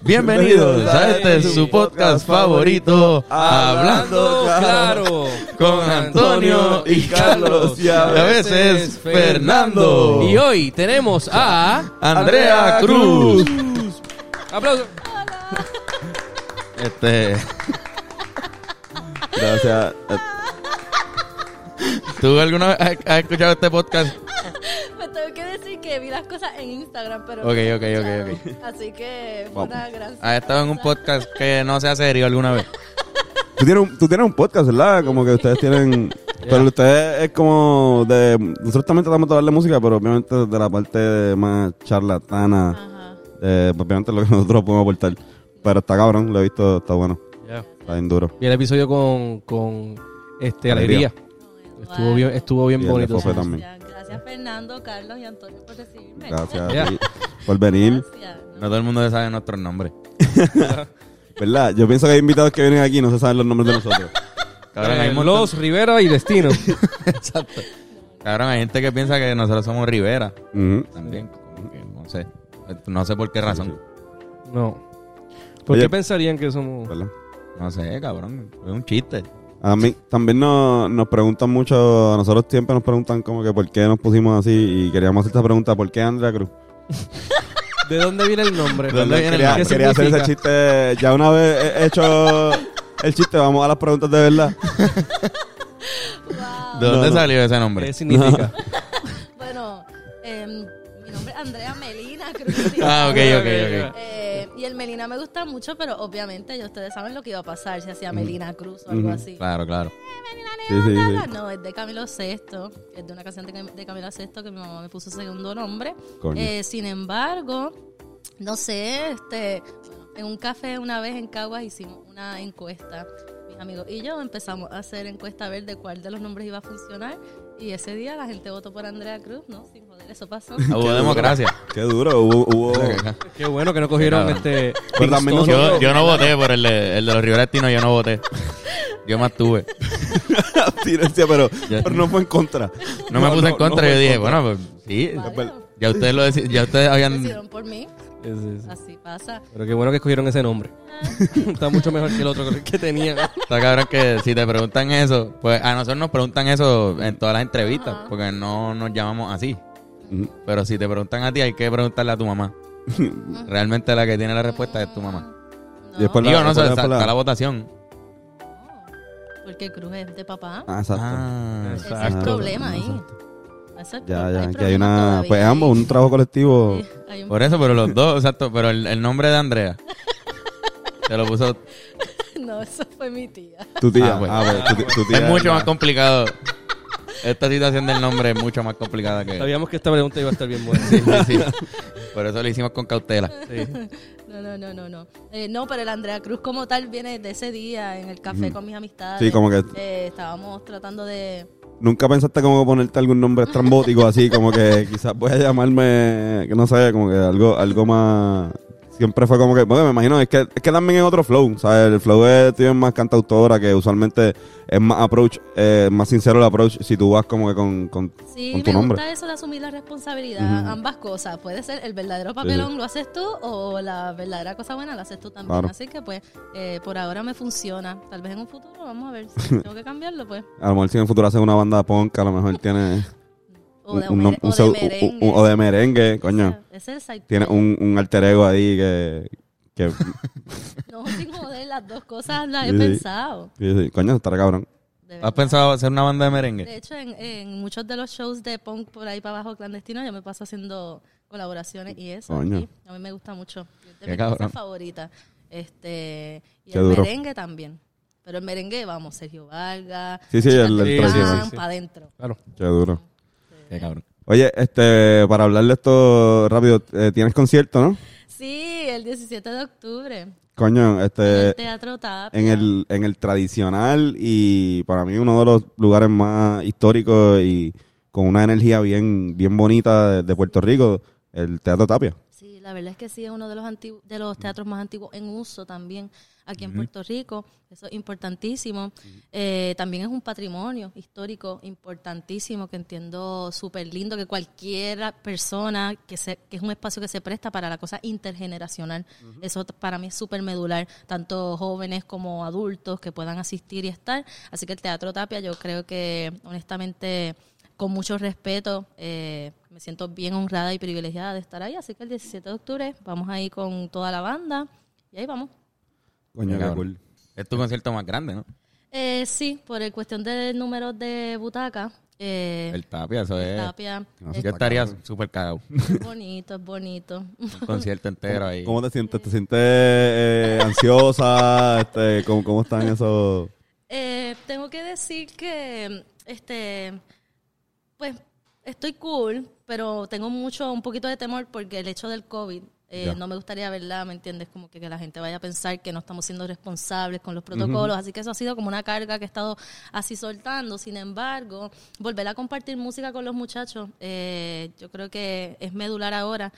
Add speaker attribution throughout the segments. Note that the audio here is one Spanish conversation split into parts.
Speaker 1: Bienvenidos a este su podcast favorito, Hablando Claro, con Antonio y Carlos y a veces Fernando.
Speaker 2: Y hoy tenemos a
Speaker 1: Andrea Cruz.
Speaker 2: aplauso.
Speaker 1: Este,
Speaker 3: Gracias.
Speaker 1: ¿Tú alguna vez has- has escuchado este podcast?
Speaker 4: Me tengo que decir que vi las cosas en Instagram, pero.
Speaker 1: Ok, ok, ok, Ah, ok.
Speaker 4: Así que fue una gran
Speaker 1: ¿Has estado en un
Speaker 4: sorpresa.
Speaker 1: podcast que no sea serio alguna vez?
Speaker 3: Tú tienes, un, tú tienes un podcast, ¿verdad? Como que ustedes tienen... Pero ustedes es como de... Nosotros también tratamos de darle música, pero obviamente de la parte más charlatana.
Speaker 4: Ajá.
Speaker 3: Eh, pues obviamente lo que nosotros podemos aportar. Pero está cabrón, lo he visto, está bueno. Está bien duro.
Speaker 2: Y el episodio con, con este, alegría. Estuvo bien, estuvo bien
Speaker 3: Y el de
Speaker 2: bonito.
Speaker 3: Fofo
Speaker 2: sí.
Speaker 3: también.
Speaker 4: Gracias, gracias, Fernando, Carlos y Antonio por recibirme.
Speaker 3: Gracias
Speaker 2: Ya.
Speaker 3: a ti por venir.
Speaker 4: Gracias, ¿no?
Speaker 1: No todo el mundo sabe nuestros nombres.
Speaker 3: ¿Verdad? Yo pienso que hay invitados que vienen aquí y no se saben los nombres de nosotros.
Speaker 1: Cabrón, hay
Speaker 2: Eh,
Speaker 1: un montón-
Speaker 2: Los Rivera y Destino.
Speaker 1: Exacto. Cabrón, hay gente que piensa que nosotros somos Rivera
Speaker 3: Ujú.
Speaker 1: también. como que No sé. No sé por qué razón.
Speaker 2: No. ¿Por
Speaker 3: Oye.
Speaker 2: qué pensarían que somos?
Speaker 3: ¿Verdad?
Speaker 1: No sé, cabrón. Es un chiste.
Speaker 3: A mí también nos, nos preguntan mucho, a nosotros siempre nos preguntan como que por qué nos pusimos así y queríamos hacer esta pregunta, ¿por qué Andrea Cruz?
Speaker 2: ¿De dónde viene el nombre?
Speaker 1: ¿De dónde viene el
Speaker 3: Quería,
Speaker 1: nombre?
Speaker 2: ¿Qué
Speaker 3: quería hacer ese
Speaker 2: significa?
Speaker 3: chiste, ya una vez he- hecho el chiste, vamos a las preguntas de verdad.
Speaker 4: Wow.
Speaker 1: ¿De dónde
Speaker 3: no.
Speaker 1: salió ese nombre?
Speaker 2: ¿Qué significa?
Speaker 4: Bueno, em, mi nombre es Andrea Melina Cruz.
Speaker 1: Ah, ok, ok, ok.
Speaker 4: Eh, y el Melina me gusta mucho, pero obviamente ya ustedes saben lo que iba a pasar si hacía Melina Cruz o algo así.
Speaker 1: Claro, claro.
Speaker 3: Sí, sí,
Speaker 4: Nada,
Speaker 3: sí.
Speaker 4: No, es de Camilo VI. Es de una canción de, Cam- de Camilo VI que mi mamá me puso segundo nombre.
Speaker 3: Coño.
Speaker 4: Eh, sin embargo, no sé, este, bueno, en un café una vez en Caguas hicimos una encuesta. Mis amigos y yo empezamos a hacer encuesta a ver de cuál de los nombres iba a funcionar. Y ese día la gente votó por Andrea Cruz, ¿no? Sin joder, eso pasó.
Speaker 1: Hubo democracia.
Speaker 3: Qué duro, hubo... hubo-
Speaker 2: Qué bueno que no cogieron
Speaker 1: Claro.
Speaker 2: este.
Speaker 3: Pero también
Speaker 2: Kingston.
Speaker 1: Yo, yo no voté por el de, el de los Riverestinos, yo no voté. Yo más tuve.
Speaker 3: abstinencia, pero, pero no fue en contra.
Speaker 1: No me
Speaker 3: No,
Speaker 1: puse
Speaker 3: no,
Speaker 1: en contra,
Speaker 3: no,
Speaker 1: yo
Speaker 3: en
Speaker 1: dije,
Speaker 3: contra.
Speaker 1: bueno, pues sí.
Speaker 4: Vale.
Speaker 1: Ya ustedes lo deci- ya ustedes habían
Speaker 4: Decidieron por mí,
Speaker 2: Sí, sí, sí.
Speaker 4: así pasa.
Speaker 2: Pero qué bueno que escogieron ese nombre. Está mucho mejor que el otro que tenía.
Speaker 1: Está cabrón que si te preguntan eso, pues a nosotros nos preguntan eso en todas las entrevistas, porque no nos llamamos así.
Speaker 3: Ujú.
Speaker 1: Pero si te preguntan a ti, hay que preguntarle a tu mamá. Realmente la que tiene la respuesta es tu mamá.
Speaker 3: Y después Pues la-
Speaker 1: Digo, no,
Speaker 3: después la- después
Speaker 1: está,
Speaker 3: la-
Speaker 1: está la votación.
Speaker 4: Porque Cruz es de papá.
Speaker 3: Ah, exacto.
Speaker 1: Ah,
Speaker 4: Ese es
Speaker 2: exacto.
Speaker 4: el problema ahí.
Speaker 3: Exacto.
Speaker 4: Ese es
Speaker 3: Ya,
Speaker 4: el pro-
Speaker 3: ya,
Speaker 4: hay
Speaker 3: que hay
Speaker 4: problema
Speaker 3: una...
Speaker 4: todavía
Speaker 3: Pues
Speaker 4: ahí.
Speaker 3: ambos, un trabajo colectivo.
Speaker 4: Sí, hay un-
Speaker 1: por eso, pero los dos, exacto. Pero el, el nombre de Andrea. Te lo puso.
Speaker 4: No, eso fue mi tía.
Speaker 3: Tu tía,
Speaker 1: Ah, bueno.
Speaker 3: ah, pues, tu- tu tía-
Speaker 1: Es mucho más complicado. Esta situación del nombre es mucho más complicada que.
Speaker 2: Sabíamos que esta pregunta iba a estar bien buena.
Speaker 1: Sí, sí, sí. Por eso lo hicimos con cautela.
Speaker 4: No, no, no, no, no. Eh, no, pero el Andrea Cruz como tal viene de ese día en el café con mis amistades.
Speaker 3: Sí, como que-
Speaker 4: Eh, estábamos tratando de...
Speaker 3: ¿Nunca pensaste como ponerte algún nombre estrambótico así? Como que quizás voy a llamarme, que no sé, como que algo, algo más... Siempre fue como que, bueno, me imagino, es que, es que también es otro flow, ¿sabes? El flow es, tú eres más cantautora, que usualmente es más approach, eh, más sincero el approach si tú vas como que con, con,
Speaker 4: Sí,
Speaker 3: con
Speaker 4: me
Speaker 3: tu nombre.
Speaker 4: gusta eso de asumir la responsabilidad. Ambas cosas. Puede ser el verdadero papelón lo haces tú o la verdadera cosa buena la haces tú también.
Speaker 3: Claro.
Speaker 4: Así que pues eh, por ahora me funciona. Tal vez en un futuro vamos a ver si tengo que cambiarlo pues.
Speaker 3: A lo mejor si en el futuro haces una banda punk, a lo mejor tiene
Speaker 4: O de,
Speaker 3: un nom-
Speaker 4: mere- o
Speaker 3: un
Speaker 4: de
Speaker 3: pseu-
Speaker 4: merengue.
Speaker 3: un- un- o de merengue, coño.
Speaker 4: Ese es el side
Speaker 3: Tiene
Speaker 4: project.
Speaker 3: un, un alter ego ahí que... que
Speaker 4: No, sin joder, las dos cosas las he
Speaker 3: Sí, sí.
Speaker 4: pensado.
Speaker 3: sí, sí, coño, estará cabrón.
Speaker 4: de
Speaker 1: ¿Has
Speaker 4: verdad.
Speaker 1: pensado hacer una banda de merengue?
Speaker 4: De hecho, en, en muchos de los shows de punk por ahí para abajo clandestino, yo me paso haciendo colaboraciones y eso.
Speaker 3: Coño.
Speaker 4: aquí. A mí me gusta mucho. Es
Speaker 1: Qué
Speaker 4: de mis
Speaker 1: cabrón.
Speaker 4: cosas favoritas. Este, y
Speaker 3: Qué
Speaker 4: el
Speaker 3: duro.
Speaker 4: merengue también. Pero el merengue, vamos, Sergio Vargas.
Speaker 3: Sí, sí, el, el
Speaker 2: Sí,
Speaker 3: precio,
Speaker 2: sí, sí.
Speaker 4: para adentro.
Speaker 2: Claro.
Speaker 3: Qué duro.
Speaker 1: Qué cabrón.
Speaker 3: Oye, este, para hablarle esto rápido, eh, tienes concierto, ¿no?
Speaker 4: Sí, el 17 de octubre.
Speaker 3: Coño,
Speaker 4: en
Speaker 3: este,
Speaker 4: el Teatro Tapia.
Speaker 3: en el, en el tradicional y para mí uno de los lugares más históricos y con una energía bien, bien bonita de, de Puerto Rico, el Teatro Tapia.
Speaker 4: Sí, La verdad es que sí es uno de los antigu- de los teatros más antiguos en uso también aquí en Puerto Rico. Eso es importantísimo. Eh, también es un patrimonio histórico importantísimo que entiendo súper lindo que cualquier persona que se, que es un espacio que se presta para la cosa intergeneracional. Eso t- para mí es súper medular, tanto jóvenes como adultos que puedan asistir y estar. Así que el Teatro Tapia yo creo que honestamente con mucho respeto. eh, me siento bien honrada y privilegiada de estar ahí. Así que el 17 de octubre vamos ahí con toda la banda y ahí vamos.
Speaker 3: Coño, qué cool.
Speaker 1: Es tu concierto más grande, ¿no?
Speaker 4: Eh, sí, por el cuestión de números de butaca. eh,
Speaker 1: El E Tapia, eso es.
Speaker 4: Tapia.
Speaker 3: No,
Speaker 4: es
Speaker 1: Yo estaría súper cagado.
Speaker 4: bonito, es bonito.
Speaker 1: Un concierto entero ahí.
Speaker 3: ¿Cómo te sientes? ¿Te sientes eh, ansiosa? Este, ¿cómo, ¿Cómo están esos...?
Speaker 4: Eh, tengo que decir que, este, pues, estoy cool, pero tengo mucho, un poquito de temor porque el hecho del COVID, eh,
Speaker 3: Ya.
Speaker 4: no me gustaría, ¿verdad? ¿Me entiendes? Como que, que la gente vaya a pensar que no estamos siendo responsables con los protocolos, así que eso ha sido como una carga que he estado así soltando. Sin embargo, volver a compartir música con los muchachos, eh, yo creo que es medular ahora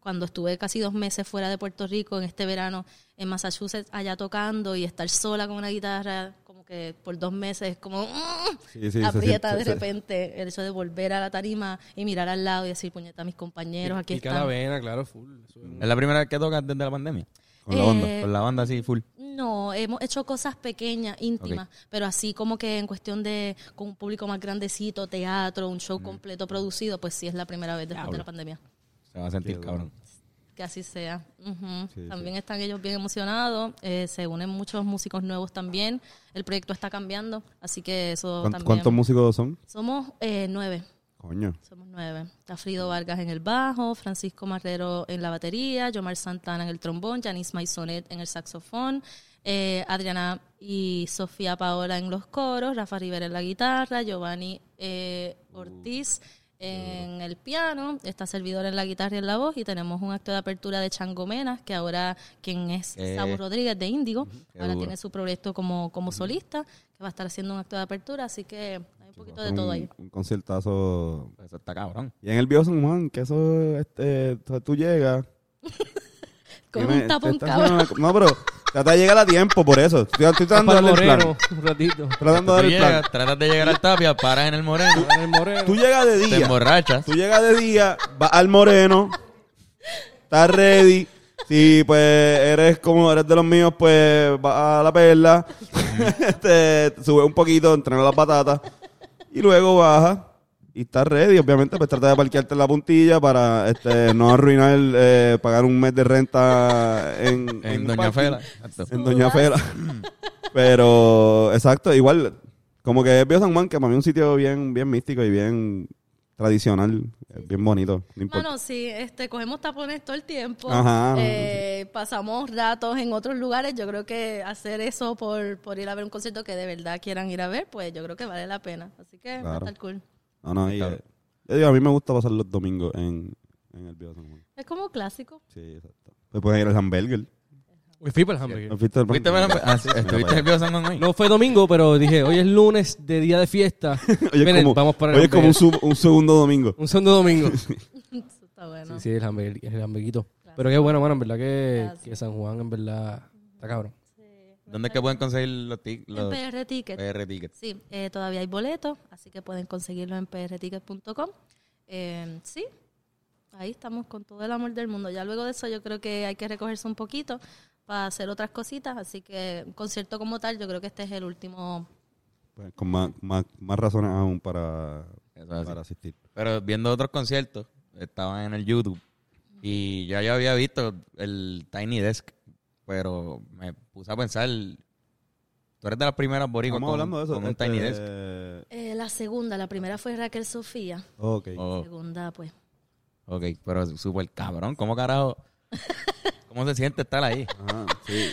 Speaker 4: cuando estuve casi dos meses fuera de Puerto Rico en este verano en Massachusetts allá tocando y estar sola con una guitarra como que por dos meses es como mm,
Speaker 3: Sí, sí, se
Speaker 4: aprieta
Speaker 3: siente-
Speaker 4: de
Speaker 3: se-
Speaker 4: repente el hecho de volver a la tarima y mirar al lado y decir puñeta mis compañeros aquí
Speaker 2: Pica la
Speaker 4: están
Speaker 2: vena, claro, full. Eso es un-
Speaker 1: Es la primera vez que tocas desde la pandemia.
Speaker 3: Con la banda.
Speaker 4: Eh,
Speaker 1: Con la banda así, full.
Speaker 4: no hemos hecho cosas pequeñas íntimas pero así como que en cuestión de con un público más grandecito teatro un
Speaker 3: Mm.
Speaker 4: show completo producido pues sí es la primera vez después de la pandemia
Speaker 1: Se va a sentir cabrón.
Speaker 4: Que así sea. Ujú.
Speaker 3: Sí,
Speaker 4: también están ellos bien emocionados. eh, se unen muchos músicos nuevos también. El proyecto está cambiando, así que eso
Speaker 3: ¿Cuánt-
Speaker 4: también.
Speaker 3: ¿Cuántos músicos son?
Speaker 4: Somos eh, nueve.
Speaker 3: Coño.
Speaker 4: Somos nueve. Está Frido Vargas en el bajo, Francisco Marrero en la batería, Yomar Santana en el trombón, Janice Maisonet en el saxofón, eh, Adriana y Sofía Paola en los coros, Rafa Rivera en la guitarra, Giovanni eh, Ortiz
Speaker 1: Uh,
Speaker 4: en el piano, está servidor en la guitarra y en la voz, y tenemos un acto de apertura de Changomenas, que ahora quien es
Speaker 1: Eh.
Speaker 4: Sabu Rodríguez de Índigo,
Speaker 1: qué
Speaker 4: ahora
Speaker 1: duro.
Speaker 4: tiene su proyecto como, como solista, que va a estar haciendo un acto de apertura, así que hay un poquito de
Speaker 3: un,
Speaker 4: todo ahí.
Speaker 3: Un conciertazo.
Speaker 1: Eso está cabrón.
Speaker 3: Y en el Bio San Juan, que eso, este, tú- tú llegas.
Speaker 4: Con
Speaker 3: dime,
Speaker 4: un tapón
Speaker 3: estás
Speaker 4: cabrón.
Speaker 3: haciendo una- No, pero trata de llegar a tiempo por eso. Estoy, estoy
Speaker 2: Para
Speaker 3: tratando de
Speaker 2: el
Speaker 3: darle el plan.
Speaker 2: moreno, un ratito.
Speaker 3: Tratando
Speaker 1: Tú
Speaker 3: de darle el plan.
Speaker 1: llegas, tratas de llegar al Tapia, paras en el Moreno,
Speaker 2: Para el moreno.
Speaker 3: Tú llegas de
Speaker 1: te
Speaker 3: día.
Speaker 1: emborrachas.
Speaker 3: Tú llegas de día, vas al moreno, estás ready. Si pues eres como eres de los míos, pues vas a la perla, este, subes un poquito, entrenas las patatas y luego bajas y estás ready. Obviamente, pues trata de parquearte en la puntilla para este, no arruinar, eh, pagar un mes de renta en,
Speaker 1: En
Speaker 3: un parking.
Speaker 1: Doña Fela. Exacto.
Speaker 3: En Doña Fela. Pero, exacto, igual, como que es Bio San Juan, que para mí es un sitio bien, bien místico y bien tradicional, eh, bien bonito. No importa.
Speaker 4: Mano, sí, este, cogemos tapones todo el tiempo.
Speaker 3: Ajá.
Speaker 4: Eh, pasamos ratos en otros lugares. Yo creo que hacer eso por, por ir a ver un concierto que de verdad quieran ir a ver, pues yo creo que vale la pena. Así que va a
Speaker 3: Claro.
Speaker 4: estar cool.
Speaker 3: No, no, y, eh, yo digo, a mí me gusta pasar los domingos en, en el Bio San Juan.
Speaker 4: Es como clásico.
Speaker 3: Sí, exacto. Pues puedes ir al hamburger.
Speaker 2: Uy, fui para el hamburger.
Speaker 3: ¿No fuiste al
Speaker 1: ¿Fuiste para
Speaker 3: hamburger?
Speaker 1: ah, sí, ¿Estuviste en el Bio San Juan hoy?
Speaker 2: No fue domingo, pero dije, hoy es lunes de día de fiesta.
Speaker 3: Oye, es
Speaker 2: Miren,
Speaker 3: como,
Speaker 2: vamos para el
Speaker 3: oye, es como un,
Speaker 2: hamburger.
Speaker 3: sub- un segundo domingo.
Speaker 2: un segundo domingo.
Speaker 4: Eso está bueno.
Speaker 2: Sí, sí, el, hamburg- el hamburguito. Pero qué bueno, mano, en verdad que,
Speaker 4: Gracias.
Speaker 2: que San Juan, en verdad, está cabrón.
Speaker 1: ¿Dónde es que pueden conseguir los, tic-
Speaker 4: En
Speaker 1: los
Speaker 4: PR Ticket.
Speaker 1: PR tickets?
Speaker 4: Sí, eh, todavía hay boletos, así que pueden conseguirlo en prticket.com. Eh, sí, ahí estamos con todo el amor del mundo. Ya luego de eso yo creo que hay que recogerse un poquito para hacer otras cositas, así que un concierto como tal, yo creo que este es el último.
Speaker 3: Pues, con más, más, más razones aún para,
Speaker 1: Eso es así.
Speaker 3: para asistir.
Speaker 1: Pero viendo otros conciertos, estaban en el YouTube. Y ya yo había visto el Tiny Desk. Pero me puse a pensar. Tú eres de las primeras boricuas
Speaker 3: Estamos
Speaker 1: con,
Speaker 3: hablando de eso.
Speaker 1: con un
Speaker 3: este,
Speaker 1: Tiny Desk.
Speaker 4: Eh, la segunda, la primera fue Raquel Sofía,
Speaker 3: Ok.
Speaker 1: Oh,
Speaker 4: segunda pues.
Speaker 1: ok, pero súper cabrón. ¿Cómo carajo? ¿Cómo se siente estar ahí?
Speaker 3: Ajá, Ah, sí.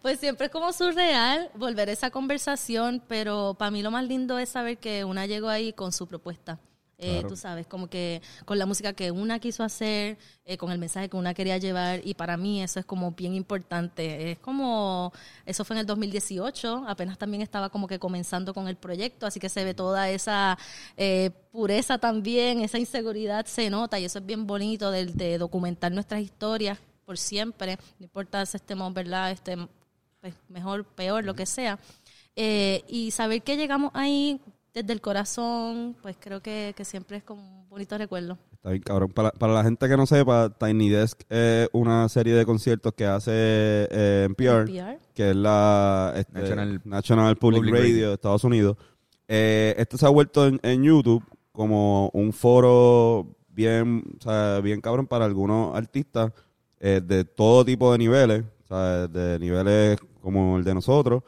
Speaker 4: Pues siempre es como surreal volver a esa conversación, pero para mí lo más lindo es saber que una llegó ahí con su propuesta. Eh,
Speaker 3: Claro.
Speaker 4: Tú sabes, como que con la música que una quiso hacer, eh, con el mensaje que una quería llevar, y para mí eso es como bien importante. Es como, eso fue en el 2018, apenas también estaba como que comenzando con el proyecto, así que se ve toda esa eh, pureza también, esa inseguridad se nota, y eso es bien bonito de, de documentar nuestras historias por siempre, no importa si estemos, ¿verdad? Este, pues, mejor, peor, lo que sea. Eh, y saber que llegamos ahí desde el corazón, pues creo que, que siempre es como un bonito recuerdo.
Speaker 3: Está bien, cabrón. Para, para la gente que no sepa, Tiny Desk es una serie de conciertos que hace eh, NPR,
Speaker 4: NPR.
Speaker 3: que es la este,
Speaker 1: National-
Speaker 3: National, Public,
Speaker 1: Public
Speaker 3: Radio,
Speaker 1: Radio.
Speaker 3: de Estados Unidos. Eh, esto se ha vuelto en, en YouTube como un foro bien, o sea, bien cabrón para algunos artistas eh, de todo tipo de niveles, o sea, de niveles como el de nosotros.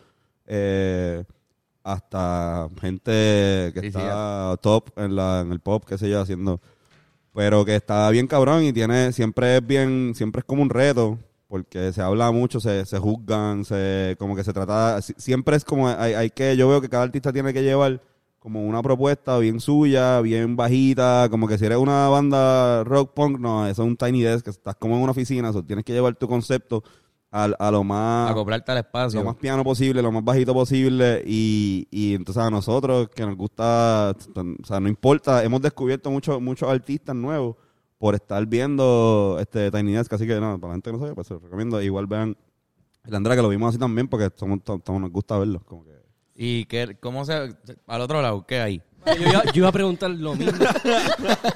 Speaker 3: eh, hasta gente que
Speaker 1: Sí, sí,
Speaker 3: está top en, la, en el pop, qué sé yo, haciendo pero que está bien cabrón y tiene siempre es bien siempre es como un reto porque se habla mucho se, se juzgan se como que se trata si- siempre es como hay, hay que yo veo que cada artista tiene que llevar como una propuesta bien suya bien bajita como que si eres una banda rock punk no eso es un tiny desk que estás como en una oficina so, tienes que llevar tu concepto al- a, lo más
Speaker 1: Acoplarte al espacio.
Speaker 3: Ah. lo más piano posible, lo más bajito posible. Y, y entonces a nosotros que nos gusta, o sea, no importa, hemos descubierto muchos muchos artistas nuevos por estar viendo este Tiny Desk. Así que no, para la gente que no sabe, pues se los recomiendo. Igual vean el Andra que lo vimos así también porque somos, to- to- nos gusta verlos. Como que.
Speaker 1: ¿Y qué, cómo se.? Al otro lado, ¿qué hay?
Speaker 2: Yo iba, yo iba a preguntar lo mismo.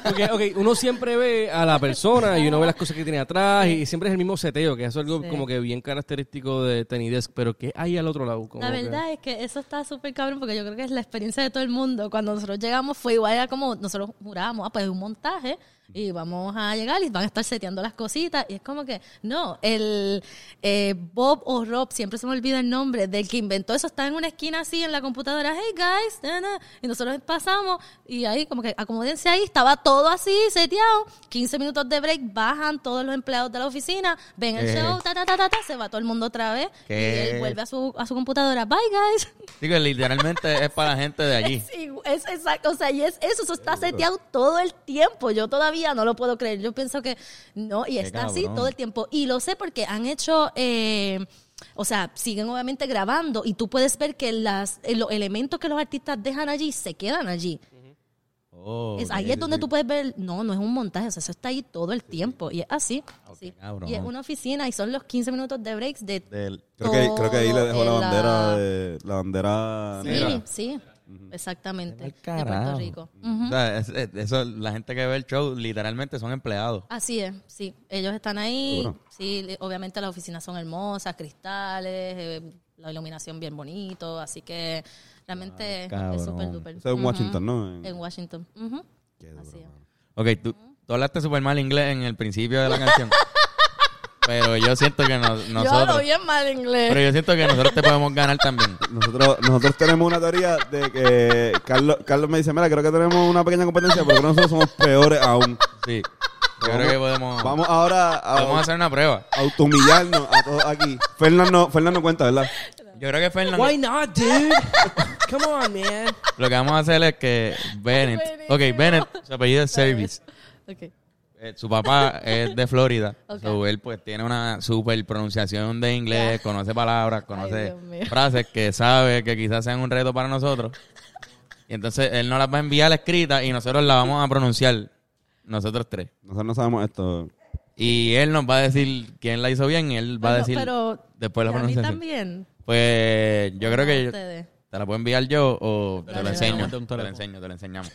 Speaker 2: Porque, ok, uno siempre ve a la persona y uno ve las cosas que tiene atrás y siempre es el mismo seteo, que eso es algo
Speaker 4: Sí.
Speaker 2: como que bien característico de Tiny Desk. Pero, ¿qué hay al otro lado? Como
Speaker 4: La
Speaker 2: que-
Speaker 4: verdad es que eso está súper cabrón porque yo creo que es la experiencia de todo el mundo. Cuando nosotros llegamos fue igual, era como nosotros jurábamos, ah, pues es un montaje y vamos a llegar y van a estar seteando las cositas. Y es como que, no, el eh, Bob o Rob, siempre se me olvida el nombre, del que inventó eso, está en una esquina así en la computadora, hey guys, na, na. y nosotros pasamos y ahí como que acomódense ahí, estaba todo así seteado, 15 minutos de break, bajan todos los empleados de la oficina, ven el
Speaker 1: Eh.
Speaker 4: show, ta, ta, ta, ta, ta, se va todo el mundo otra vez
Speaker 1: ¿Qué?
Speaker 4: y él vuelve a su, a su computadora. Bye, guys.
Speaker 1: Digo, literalmente es para la gente de allí.
Speaker 4: Es, igu- es exacto. O sea, y es eso. Eso está seteado todo el tiempo. Yo todavía no lo puedo creer. Yo pienso que no. Y está así
Speaker 1: cabrón.
Speaker 4: todo el tiempo. Y lo sé porque han hecho. eh, o sea, siguen obviamente grabando y tú puedes ver que las, eh, los elementos que los artistas dejan allí se quedan allí.
Speaker 1: Oh,
Speaker 4: Es- ahí
Speaker 1: ok,
Speaker 4: es donde
Speaker 1: sí,
Speaker 4: tú puedes ver, no, no es un montaje, o sea, eso está ahí todo el tiempo y es así.
Speaker 1: Ok,
Speaker 4: sí.
Speaker 1: cabrón.
Speaker 4: Y es una oficina y son los 15 minutos de breaks de...
Speaker 1: sí. Del-
Speaker 3: Creo, que, creo que ahí le
Speaker 4: Todo
Speaker 3: dejó la
Speaker 4: en la-
Speaker 3: bandera de. La bandera.
Speaker 4: Sí,
Speaker 3: negra.
Speaker 4: sí, exactamente.
Speaker 1: del
Speaker 4: De Puerto
Speaker 1: carajo.
Speaker 4: Rico.
Speaker 1: O sea, es- es- eso, la gente que ve el show literalmente son empleados.
Speaker 4: Así es, sí. Ellos están ahí.
Speaker 3: Seguro.
Speaker 4: Sí, le- obviamente las oficinas son hermosas, cristales, eh, la iluminación bien bonito, así que realmente
Speaker 1: cabrón.
Speaker 4: es súper duper.
Speaker 3: Eso es en
Speaker 4: Ujú.
Speaker 3: Washington, ¿no? En-
Speaker 4: En Washington. ujú.
Speaker 3: Qué duro,
Speaker 4: Así es.
Speaker 3: mano.
Speaker 1: Ok, tú, tú hablaste súper mal inglés en el principio de la canción. pero yo siento que nos-
Speaker 4: Yo hablo
Speaker 1: nosotros.
Speaker 4: bien mal inglés.
Speaker 1: Pero yo siento que nosotros te podemos ganar también.
Speaker 3: Nosotros, nosotros tenemos una teoría de que Carlos, Carlos me dice, mira, creo que tenemos una pequeña competencia, pero nosotros somos peores aún.
Speaker 1: Sí. Yo creo que podemos. Vamos
Speaker 3: Vamos ahora
Speaker 1: a,
Speaker 3: a,
Speaker 1: hacer una prueba.
Speaker 3: automillarnos a todos aquí. Fernando, Fernando cuenta, ¿verdad?
Speaker 1: Yo creo que Fernando.
Speaker 2: Why not, dude? Come on, man.
Speaker 1: Lo que vamos a hacer es que Bennett.
Speaker 4: buenísimo.
Speaker 1: Ok, Bennett, su apellido es Service.
Speaker 4: Ok.
Speaker 1: Eh, su papá es de Florida.
Speaker 4: Ok.
Speaker 1: So, él pues tiene una super pronunciación de inglés, conoce palabras, conoce
Speaker 4: Dios mío.
Speaker 1: frases que sabe que quizás sean un reto para nosotros. Y entonces él nos las va a enviar escritas y nosotros las vamos a pronunciar, nosotros tres.
Speaker 3: Nosotros no sabemos esto.
Speaker 1: Y él nos va a decir quién la hizo bien y él va a
Speaker 4: Bueno,
Speaker 1: decir
Speaker 4: pero,
Speaker 1: después la
Speaker 4: ¿y a mí
Speaker 1: pronunciación.
Speaker 4: también.
Speaker 1: Pues yo creo que yo- te
Speaker 4: Ustedes.
Speaker 1: la puedo enviar yo o te
Speaker 4: Dale,
Speaker 1: lo
Speaker 4: dale,
Speaker 1: enseño.
Speaker 2: dale.
Speaker 1: Te lo enseño, te lo enseñamos.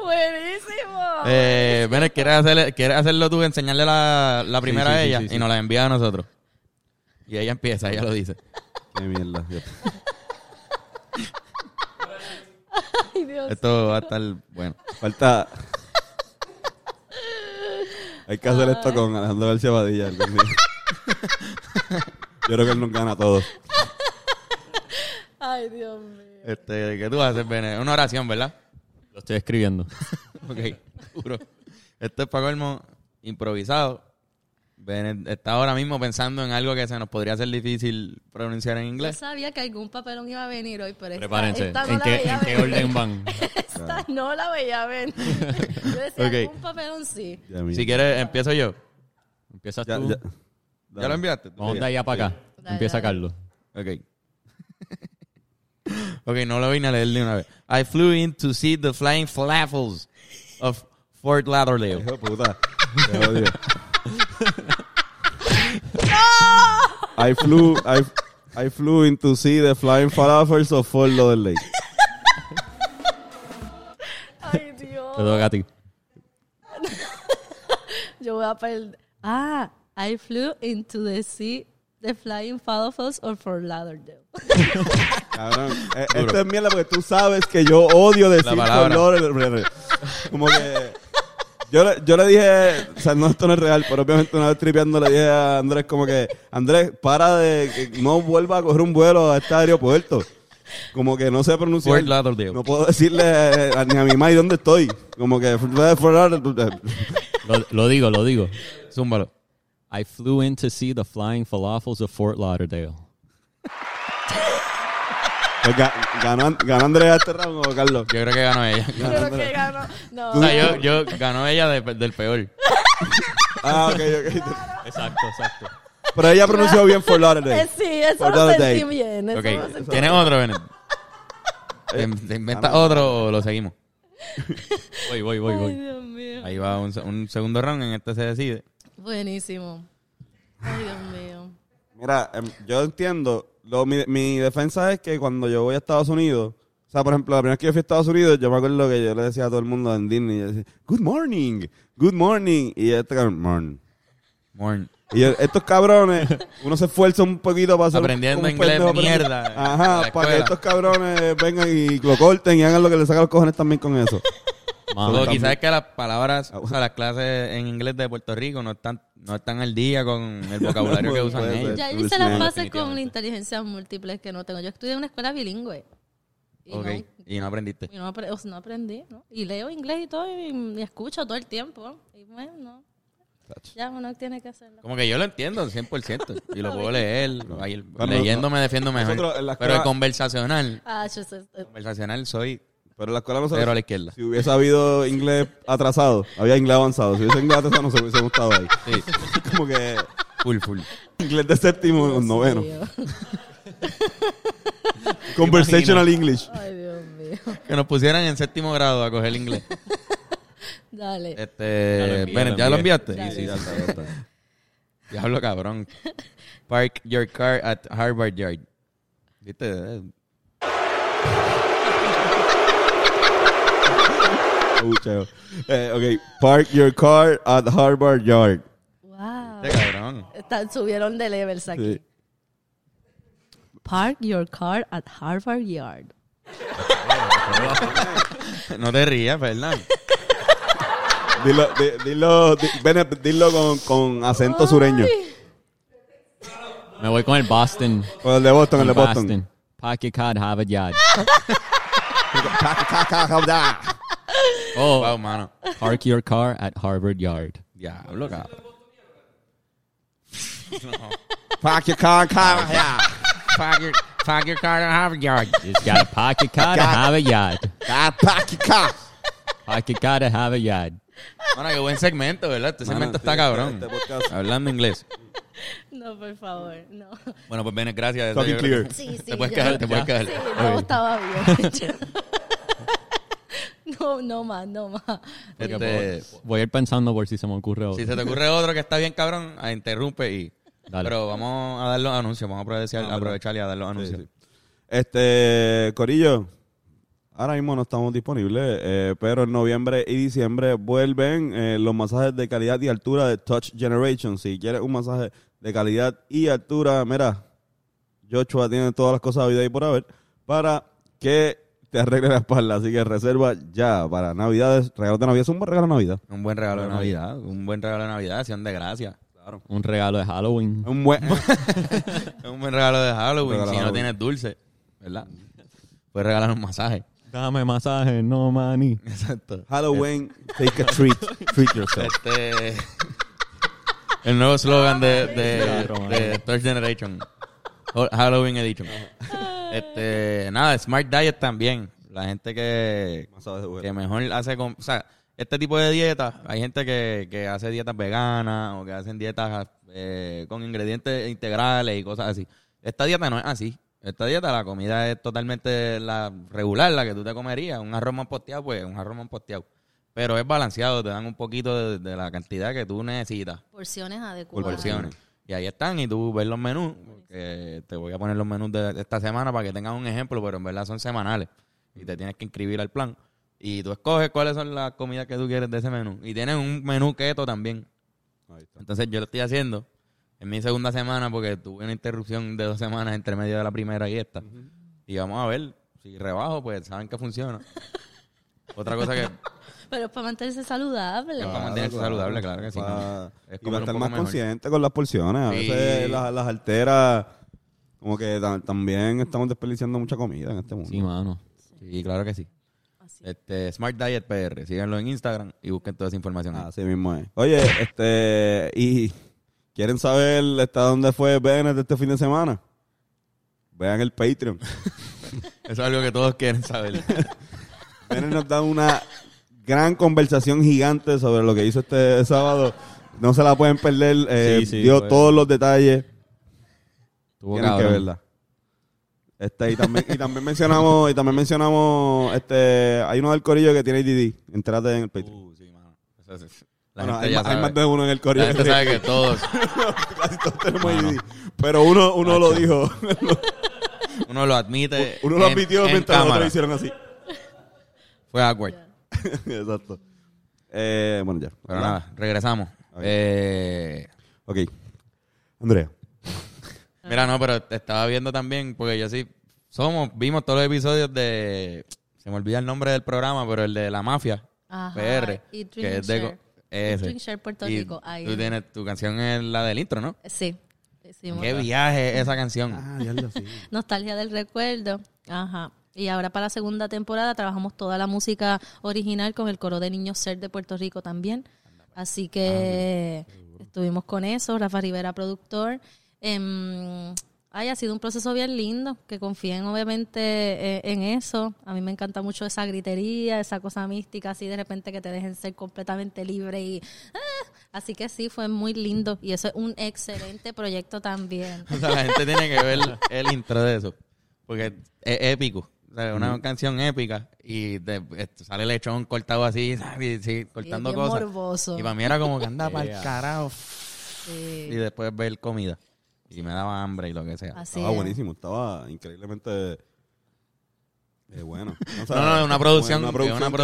Speaker 4: Buenísimo.
Speaker 1: Eh, Bennett, ¿quieres, hacerle- quieres hacerlo tú? Enseñarle la, la primera
Speaker 3: sí,
Speaker 1: a
Speaker 3: sí,
Speaker 1: ella
Speaker 3: sí, sí.
Speaker 1: y nos la envía a nosotros. Y ella empieza, ella lo dice.
Speaker 3: Qué mierda. Yo-
Speaker 4: Ay, Dios.
Speaker 1: Esto va a estar bueno.
Speaker 3: Falta... Hay que hacer esto con Alejandro García Padilla. algún día. Yo creo que él nos gana a todos.
Speaker 4: Ay, Dios mío.
Speaker 1: Este, ¿Qué tú haces, Bennett? Una oración, ¿verdad?
Speaker 5: Lo estoy escribiendo.
Speaker 1: Ok, juro. Esto es Paco Elmo improvisado. Ben está ahora mismo pensando en algo que se nos podría hacer difícil pronunciar en
Speaker 4: Yo
Speaker 1: inglés.
Speaker 4: sabía que algún papelón iba a venir hoy, pero esta,
Speaker 5: Prepárense.
Speaker 4: esta no
Speaker 5: ¿En
Speaker 4: la
Speaker 5: qué,
Speaker 4: veía
Speaker 5: en qué
Speaker 4: venir.
Speaker 5: orden van?
Speaker 4: Esta no la veía venir. Yo decía,
Speaker 1: Ok.
Speaker 4: algún papelón sí.
Speaker 3: Ya, mi-
Speaker 1: Si quieres, empiezo yo.
Speaker 5: Empiezas
Speaker 3: ya,
Speaker 5: tú.
Speaker 3: ya.
Speaker 1: ¿Ya lo enviaste?
Speaker 5: Vamos de allá para acá.
Speaker 4: Dale,
Speaker 5: Empieza
Speaker 4: dale.
Speaker 5: Carlos.
Speaker 1: Ok. ok, no lo vine a leer de una vez. I flew in to see the flying falafels of Fort Lauderdale.
Speaker 3: Hijo de puta. Te odio. I flew, I, I flew into see the flying falafels of Fort Lauderdale.
Speaker 4: Ay,
Speaker 5: Te
Speaker 4: Dios.
Speaker 5: toca a ti.
Speaker 4: Yo voy a perder. Ah, I flew into the sea, the flying falafels or for Lauderdale.
Speaker 3: Cabrón. eh, Esto es mierda porque tú sabes que yo odio decir
Speaker 1: La palabra.
Speaker 3: color. Como que. Yo le, yo le dije, o sea, no, esto no es real, pero obviamente una vez tripeando le dije a Andrés como que, Andrés, para de, que no vuelva a coger un vuelo a este aeropuerto. Como que no sé pronunciar.
Speaker 1: Fort Lauderdale.
Speaker 3: No puedo decirle eh, a- ni a mi madre dónde estoy. Como que, Fort Lauderdale.
Speaker 5: Lo, lo digo, lo digo.
Speaker 1: Zúmbalo.
Speaker 5: I flew in to see the flying falafels of Fort Lauderdale.
Speaker 3: Pues ga- ganó, ganó Andrés este round o Carlos.
Speaker 1: Yo creo que ganó ella.
Speaker 4: Creo que ganó. No. Eh,
Speaker 1: O sea, yo, yo ganó ella de- del peor.
Speaker 3: Ah, ok, ok.
Speaker 5: Exacto, exacto.
Speaker 3: Pero ella pronunció bien Fort Lauderdale.
Speaker 4: Eh, sí, eso
Speaker 3: Fort
Speaker 4: lo
Speaker 3: Lauderdale.
Speaker 4: sentí bien. Eso lo
Speaker 1: Ok,
Speaker 4: sentí.
Speaker 1: ¿tienes otro, Benet? ¿Te, te inventas otro o lo seguimos?
Speaker 5: Voy, voy, voy,
Speaker 4: Ay,
Speaker 5: voy.
Speaker 4: Dios mío.
Speaker 1: Ahí va un, se- un segundo round, en este se decide.
Speaker 4: Buenísimo. Ay, Dios mío.
Speaker 3: Mira, em, yo entiendo. Lo- mi, mi defensa es que cuando yo voy a Estados Unidos, o sea, por ejemplo, la primera vez que yo fui a Estados Unidos, yo me acuerdo que yo le decía a todo el mundo en Disney, yo decía, good morning, good morning. Y este cabrón, morning.
Speaker 1: Morn.
Speaker 3: Y yo, estos cabrones, uno se esfuerza un poquito para hacer un-
Speaker 1: Aprendiendo
Speaker 3: un
Speaker 1: inglés
Speaker 3: pendejo, pero-
Speaker 1: mierda en
Speaker 3: Ajá,
Speaker 1: la
Speaker 3: para que
Speaker 1: escuela.
Speaker 3: estos cabrones vengan y lo corten y hagan lo que les saca los cojones también con eso.
Speaker 1: O
Speaker 5: Mama,
Speaker 1: quizás es que las palabras, o sea, las clases en inglés de Puerto Rico no están, no están al día con el vocabulario que usan
Speaker 3: Puede ser.
Speaker 1: ellos.
Speaker 4: Ya
Speaker 3: tú
Speaker 4: hice
Speaker 3: eres
Speaker 4: las
Speaker 3: una-
Speaker 4: bases con la inteligencia múltiple que no tengo. Yo estudié en una escuela bilingüe. Y,
Speaker 1: Ok,
Speaker 4: no,
Speaker 1: y no aprendiste.
Speaker 4: y no apre- o sea, no aprendí, ¿no? Y leo inglés y todo, y, y escucho todo el tiempo. Y bueno, no. ya uno tiene que hacerlo.
Speaker 1: Como que yo lo entiendo 100% y lo puedo leer. ahí
Speaker 3: Bueno,
Speaker 1: leyendo me defiendo mejor.
Speaker 3: nosotros en la
Speaker 1: Pero el
Speaker 3: escuela-
Speaker 1: conversacional,
Speaker 4: Ah, yo sé- eh,
Speaker 1: conversacional soy
Speaker 3: Pero en la escuela nosotros,
Speaker 1: cero a la izquierda.
Speaker 3: si hubiese habido inglés atrasado, había inglés avanzado. Si hubiese inglés atrasado, nos hubiese gustado ahí.
Speaker 1: Sí,
Speaker 3: Como que
Speaker 1: full, full.
Speaker 3: inglés de séptimo,
Speaker 4: Dios
Speaker 3: noveno.
Speaker 4: mío.
Speaker 3: Conversational English.
Speaker 4: Ay, Dios mío.
Speaker 1: Que nos pusieran en séptimo grado a coger inglés.
Speaker 4: Dale.
Speaker 5: Ya lo
Speaker 1: Este,
Speaker 5: envié,
Speaker 1: Bennett,
Speaker 5: ya
Speaker 1: ¿ya
Speaker 5: lo
Speaker 1: lo enviaste?
Speaker 4: Ya,
Speaker 3: Sí, ya está, ya está.
Speaker 1: Diablo cabrón. Park your car at Harvard Yard. ¿Viste? Eh,
Speaker 3: Abucheo. Eh, ok, park your car at Harvard Yard.
Speaker 4: Wow.
Speaker 1: Este cabrón.
Speaker 4: Están- subieron de levels aquí.
Speaker 3: Sí.
Speaker 4: Park your car at Harvard Yard.
Speaker 1: No te rías, Fernando.
Speaker 3: Dilo, di- dilo, di- ven, dilo con, con acento sureño.
Speaker 4: Ay.
Speaker 5: me voy con el Boston.
Speaker 3: Con el de Boston, el de
Speaker 5: Boston.
Speaker 3: Boston.
Speaker 5: Pocket Card Harvard Yard.
Speaker 1: Wow, mano.
Speaker 5: Oh. Park your car at Harvard Yard.
Speaker 1: Diablo, cabrón.
Speaker 3: Park your car, car, yeah.
Speaker 1: Park your, park your car at Harvard Yard.
Speaker 5: You just got a pocket card at Harvard Yard.
Speaker 3: Ah, Park your car.
Speaker 5: Pocket card at Harvard Yard.
Speaker 1: Mano, qué buen segmento, ¿verdad? Este segmento
Speaker 3: sí,
Speaker 1: está cabrón.
Speaker 3: este podcast.
Speaker 1: Hablando inglés.
Speaker 4: No, por favor, no.
Speaker 1: Bueno, pues Bennett, gracias. Eso
Speaker 3: Talking
Speaker 1: yo creo
Speaker 3: clear.
Speaker 1: que-
Speaker 4: Sí, sí.
Speaker 1: Te puedes
Speaker 4: ya.
Speaker 1: quedar, te puedes quedar.
Speaker 4: Sí, no, estaba bien. no, no más, no más.
Speaker 1: Este,
Speaker 5: Voy a ir pensando por si se me ocurre otro.
Speaker 1: si se te ocurre otro que está bien cabrón, ah, interrumpe y...
Speaker 5: Dale.
Speaker 1: Pero vamos a dar los anuncios, vamos a aprovechar, aprovechar y a dar los
Speaker 3: Ah, Sí,
Speaker 1: anuncios.
Speaker 3: sí. Este, Corillo, ahora mismo no estamos disponibles, eh, pero en noviembre y diciembre vuelven eh, los masajes de calidad y altura de Touch Generation. Si quieres un masaje de calidad y altura, mira, Joshua tiene todas las cosas vida y por haber para que te arregle la espalda. Así que reserva ya para Navidades, regalo de Navidad, es un buen regalo de Navidad.
Speaker 1: Un buen regalo de Navidad, un buen regalo de Navidad, acción de gracia. Claro.
Speaker 5: Un regalo de Halloween.
Speaker 3: Es un buen...
Speaker 1: Un buen regalo de
Speaker 3: Regalo
Speaker 1: Halloween, si
Speaker 3: de
Speaker 1: no
Speaker 3: Halloween. Mm.
Speaker 1: tienes dulce, ¿verdad? Puedes regalar un masaje.
Speaker 5: Dame masaje, no maní.
Speaker 1: Exacto.
Speaker 3: Halloween, take a treat, treat yourself.
Speaker 1: Este... El nuevo slogan de, de,
Speaker 5: Claro,
Speaker 1: de Third Generation. Ho- Halloween Edition. Este, nada, Smart Diet también. La gente que,
Speaker 3: Más sabes de
Speaker 1: que
Speaker 3: juguete.
Speaker 1: mejor hace... com- o sea, este tipo de dietas, hay gente que, que hace dietas veganas o que hacen dietas eh, con ingredientes integrales y cosas así. Esta dieta no es así. Esta dieta, la comida es totalmente la regular, la que tú te comerías. Un arroz manposteado, pues un arroz manposteado. Pero es balanceado, te dan un poquito de- de la cantidad que tú necesitas
Speaker 4: Porciones
Speaker 1: por
Speaker 4: adecuadas.
Speaker 1: porciones. Y ahí están, y tú ves los menús, porque te voy a poner los menús de esta semana para que tengas un ejemplo, pero en verdad son semanales. Y te tienes que inscribir al plan. Y tú escoges cuáles son las comidas que tú quieres de ese menú. Y tienen un menú keto también.
Speaker 3: Ahí está.
Speaker 1: Entonces yo lo estoy haciendo en mi segunda semana porque tuve una interrupción de dos semanas entre medio de la primera y esta. Y vamos a ver, si rebajo, pues saben que funciona. Otra cosa que
Speaker 4: Pero es para mantenerse saludable.
Speaker 1: Claro. para mantenerse saludable, claro que sí,
Speaker 3: Ah, Para-
Speaker 1: ¿no? Es
Speaker 3: y
Speaker 1: comer
Speaker 3: para
Speaker 1: un
Speaker 3: estar
Speaker 1: poco
Speaker 3: más
Speaker 1: mejor.
Speaker 3: consciente con las porciones. A
Speaker 1: Sí.
Speaker 3: veces las, las alteras, como que ta- también estamos desperdiciando mucha comida en este mundo.
Speaker 5: Sí, mano.
Speaker 1: Sí, claro que sí.
Speaker 4: Así.
Speaker 1: Este, Smart Diet PR, síganlo en Instagram y busquen toda esa información. ahí.
Speaker 3: Así mismo es. Oye, este, y quieren saber hasta dónde fue Bennett este fin de semana. Vean el Patreon.
Speaker 1: Eso es algo que todos quieren saber.
Speaker 3: Bennett nos da una gran conversación gigante sobre lo que hizo este sábado. No se la pueden perder. eh,
Speaker 5: Sí, sí,
Speaker 3: dio
Speaker 1: pues.
Speaker 5: fue-
Speaker 3: todos los detalles.
Speaker 5: Tuvo
Speaker 3: Tienen que
Speaker 5: cabrón.
Speaker 3: verla. Este, y también, y también mencionamos, y también mencionamos, este, hay uno del corillo que tiene ADD. Entrate en el Patreon.
Speaker 1: Uh, sí, mano. Eso es- la
Speaker 3: Bueno,
Speaker 1: gente
Speaker 3: hay,
Speaker 1: ya
Speaker 3: ma- hay
Speaker 1: sabe.
Speaker 3: más de uno en el corillo.
Speaker 1: La gente
Speaker 3: que-
Speaker 1: sabe que todos,
Speaker 3: casi todos tenemos ADD. Pero uno, uno lo dijo.
Speaker 1: uno lo admite.
Speaker 3: Uno lo
Speaker 1: en-
Speaker 3: admitió
Speaker 1: en
Speaker 3: mientras
Speaker 1: cámara.
Speaker 3: otros hicieron así.
Speaker 1: Fue awkward.
Speaker 3: Exacto. Eh, bueno, ya.
Speaker 1: Pero nada, regresamos.
Speaker 3: Ok.
Speaker 1: Eh,
Speaker 3: Ok. Andrea.
Speaker 1: mira, no, pero te estaba viendo también, porque yo sí, somos, vimos todos los episodios de, se me olvida el nombre del programa, pero el de la mafia,
Speaker 4: Ajá,
Speaker 1: PR.
Speaker 4: y Drink
Speaker 1: que
Speaker 4: and
Speaker 1: es de,
Speaker 4: Share.
Speaker 1: co- ese.
Speaker 4: Drink Share Puerto
Speaker 1: Y
Speaker 4: Rico, ahí.
Speaker 1: Tú tienes, tu canción es la del intro, ¿no?
Speaker 4: Sí. Hicimos
Speaker 1: Qué viaje esa canción.
Speaker 4: Nostalgia del recuerdo. Ajá. Y ahora para la segunda temporada trabajamos toda la música original con el coro de Niños Ser de Puerto Rico también. Así que estuvimos con eso, Rafa Rivera, productor. Em, ay, ha sido un proceso bien lindo, que confíen obviamente eh, en eso. A mí me encanta mucho esa gritería, esa cosa mística, así de repente que te dejen ser completamente libre y... ¡ah! Así que sí, fue muy lindo y eso es un excelente proyecto también.
Speaker 1: O sea, la gente tiene que ver el intro de eso. Porque es épico. O sea, es una canción épica. Y te- este, sale lechón cortado así, ¿sabes? Y sí, cortando
Speaker 4: bien
Speaker 1: cosas.
Speaker 4: morboso.
Speaker 1: Y para mí era como que anda para el carajo.
Speaker 4: Sí.
Speaker 1: Y después ver comida. Y me daba hambre y lo que sea.
Speaker 4: Así
Speaker 3: Estaba
Speaker 4: es.
Speaker 3: buenísimo. Estaba increíblemente eh, bueno. No,
Speaker 1: No, no, no, una producción, una producción,
Speaker 3: producción
Speaker 1: una
Speaker 3: que-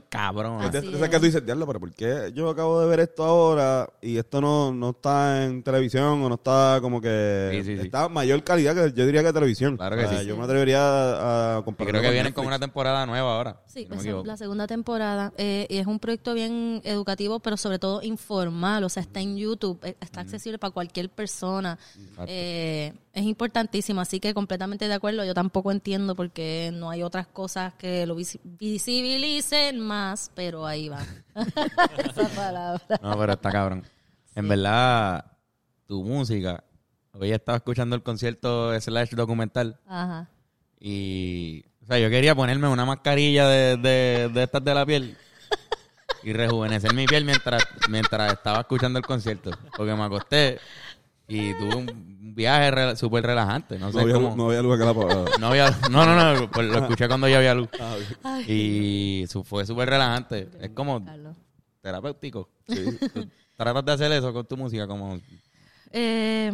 Speaker 1: producción cabrona.
Speaker 4: Así
Speaker 3: De
Speaker 4: es.
Speaker 3: esas que tú dices, diablo, pero ¿por qué yo acabo de ver esto ahora y esto no, no está en televisión o no está como que...
Speaker 1: Sí, sí, sí.
Speaker 3: Está mayor calidad que yo diría que televisión.
Speaker 1: Claro que
Speaker 3: O sea,
Speaker 1: sí.
Speaker 3: Yo me atrevería a, a
Speaker 1: Y
Speaker 3: comparar.
Speaker 1: creo que vienen con una temporada nueva ahora.
Speaker 4: Sí,
Speaker 1: si no me
Speaker 4: esa-
Speaker 1: equivoco.
Speaker 4: la segunda temporada. eh, y es un proyecto bien educativo, pero sobre todo informal. O sea, está en YouTube, eh, está accesible para cualquier persona. Eh, es importantísimo, así que completamente de acuerdo. Yo tampoco entiendo por qué no hay otras cosas que lo visi- visibilicen más, pero ahí va. Esa palabra.
Speaker 1: No, pero está cabrón. En verdad, tu música. Hoy estaba escuchando el concierto slash documental.
Speaker 4: Ajá.
Speaker 1: Y, o sea, yo quería ponerme una mascarilla de, de, de estas de la piel y rejuvenecer mi piel mientras, mientras estaba escuchando el concierto. Porque me acosté y tuve un viaje re- súper relajante. No
Speaker 3: No
Speaker 1: sé
Speaker 3: había,
Speaker 1: cómo.
Speaker 3: no había luz acá la palabra.
Speaker 1: No, había- no, no, no, pues lo escuché cuando ya había luz.
Speaker 3: ah,
Speaker 1: Y su- fue súper relajante. Es como
Speaker 4: Carlos.
Speaker 1: terapéutico. Tú Tratas de hacer eso con tu música, como
Speaker 4: Eh,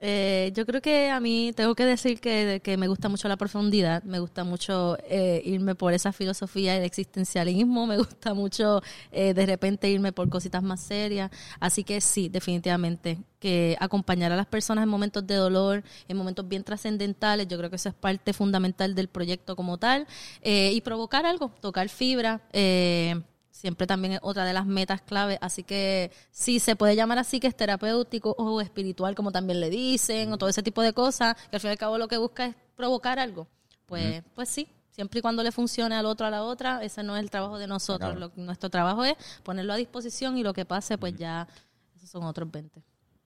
Speaker 4: eh, yo creo que a mí tengo que decir que, que me gusta mucho la profundidad, me gusta mucho eh, irme por esa filosofía del existencialismo, me gusta mucho eh, de repente irme por cositas más serias. Así que sí, definitivamente, que acompañar a las personas en momentos de dolor, en momentos bien trascendentales, yo creo que eso es parte fundamental del proyecto como tal, eh, y provocar algo, tocar fibra. eh, siempre también es otra de las metas clave. Así que sí, se puede llamar así que es terapéutico o espiritual, como también le dicen, o todo ese tipo de cosas, que al fin y al cabo lo que busca es provocar algo. Pues, pues sí, siempre y cuando le funcione al otro a la otra, ese no es el trabajo de nosotros.
Speaker 1: Claro.
Speaker 4: Lo- nuestro trabajo es ponerlo a disposición y lo que pase, pues ya Esos son otros 20.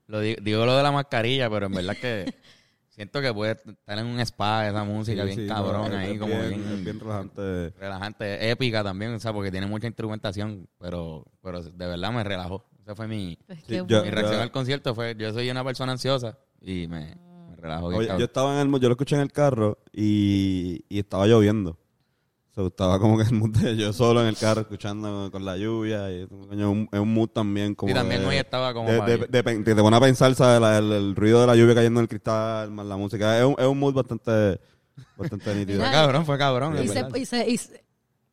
Speaker 1: Lo di- digo, lo de la mascarilla, pero en verdad que siento que puede estar en un spa esa música bien
Speaker 3: Sí, sí,
Speaker 1: cabrón
Speaker 3: no, es
Speaker 1: ahí,
Speaker 3: bien-
Speaker 1: como bien,
Speaker 3: es bien relajante.
Speaker 1: relajante, épica también, o sea, porque tiene mucha instrumentación, pero, pero de verdad me relajó. Esa fue mi,
Speaker 4: Pues
Speaker 3: Sí,
Speaker 4: qué
Speaker 3: yo-
Speaker 4: bueno.
Speaker 1: mi reacción al concierto, fue yo soy una persona ansiosa y me, me relajó. bien
Speaker 3: Oye,
Speaker 1: cabrón.
Speaker 3: yo estaba en el, mo- yo lo escuché en el carro y, y estaba lloviendo. So, estaba como que el mood de yo solo en el carro escuchando con la lluvia y coño, es un- es un mood también como
Speaker 1: y también
Speaker 3: de-
Speaker 1: hoy estaba como...
Speaker 3: de-
Speaker 1: pa'
Speaker 3: de-
Speaker 1: ir.
Speaker 3: de pen- te, te pone a pensar ¿sabes? La- el, el ruido de la lluvia cayendo en el cristal más la música es un, es un mood bastante bastante nítido
Speaker 1: fue
Speaker 4: Mira,
Speaker 1: cabrón, fue cabrón.
Speaker 4: Y
Speaker 1: de
Speaker 4: se-
Speaker 1: verdad.
Speaker 4: y se- y se-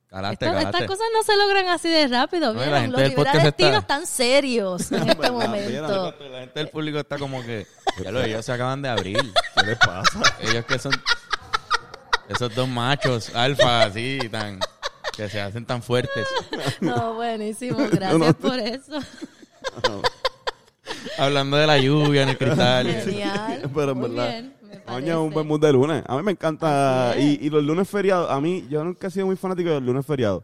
Speaker 1: Calaste, calaste.
Speaker 4: Esta- pues, Estas cosas no se logran así de rápido.
Speaker 1: No, y la
Speaker 4: ¿vieron?
Speaker 1: gente
Speaker 4: Los
Speaker 1: del
Speaker 4: liberales
Speaker 1: podcast está-
Speaker 4: destinos están serios en este
Speaker 3: verdad,
Speaker 4: momento.
Speaker 1: La gente del público está como que... Ya lo, ellos se acaban de abrir.
Speaker 3: ¿qué les pasa?
Speaker 1: Ellos que son esos dos machos alfa así tan que se hacen tan fuertes.
Speaker 4: No, buenísimo. Gracias por eso.
Speaker 1: Hablando de la lluvia en el cristal.
Speaker 4: Genial.
Speaker 3: pero en
Speaker 4: Muy
Speaker 3: verdad
Speaker 4: bien, me
Speaker 3: coño, es un
Speaker 4: parece.
Speaker 3: buen mood de lunes a mí me encanta
Speaker 4: Así es.
Speaker 3: y, y los lunes feriados a mí yo nunca he sido muy fanático de los lunes feriados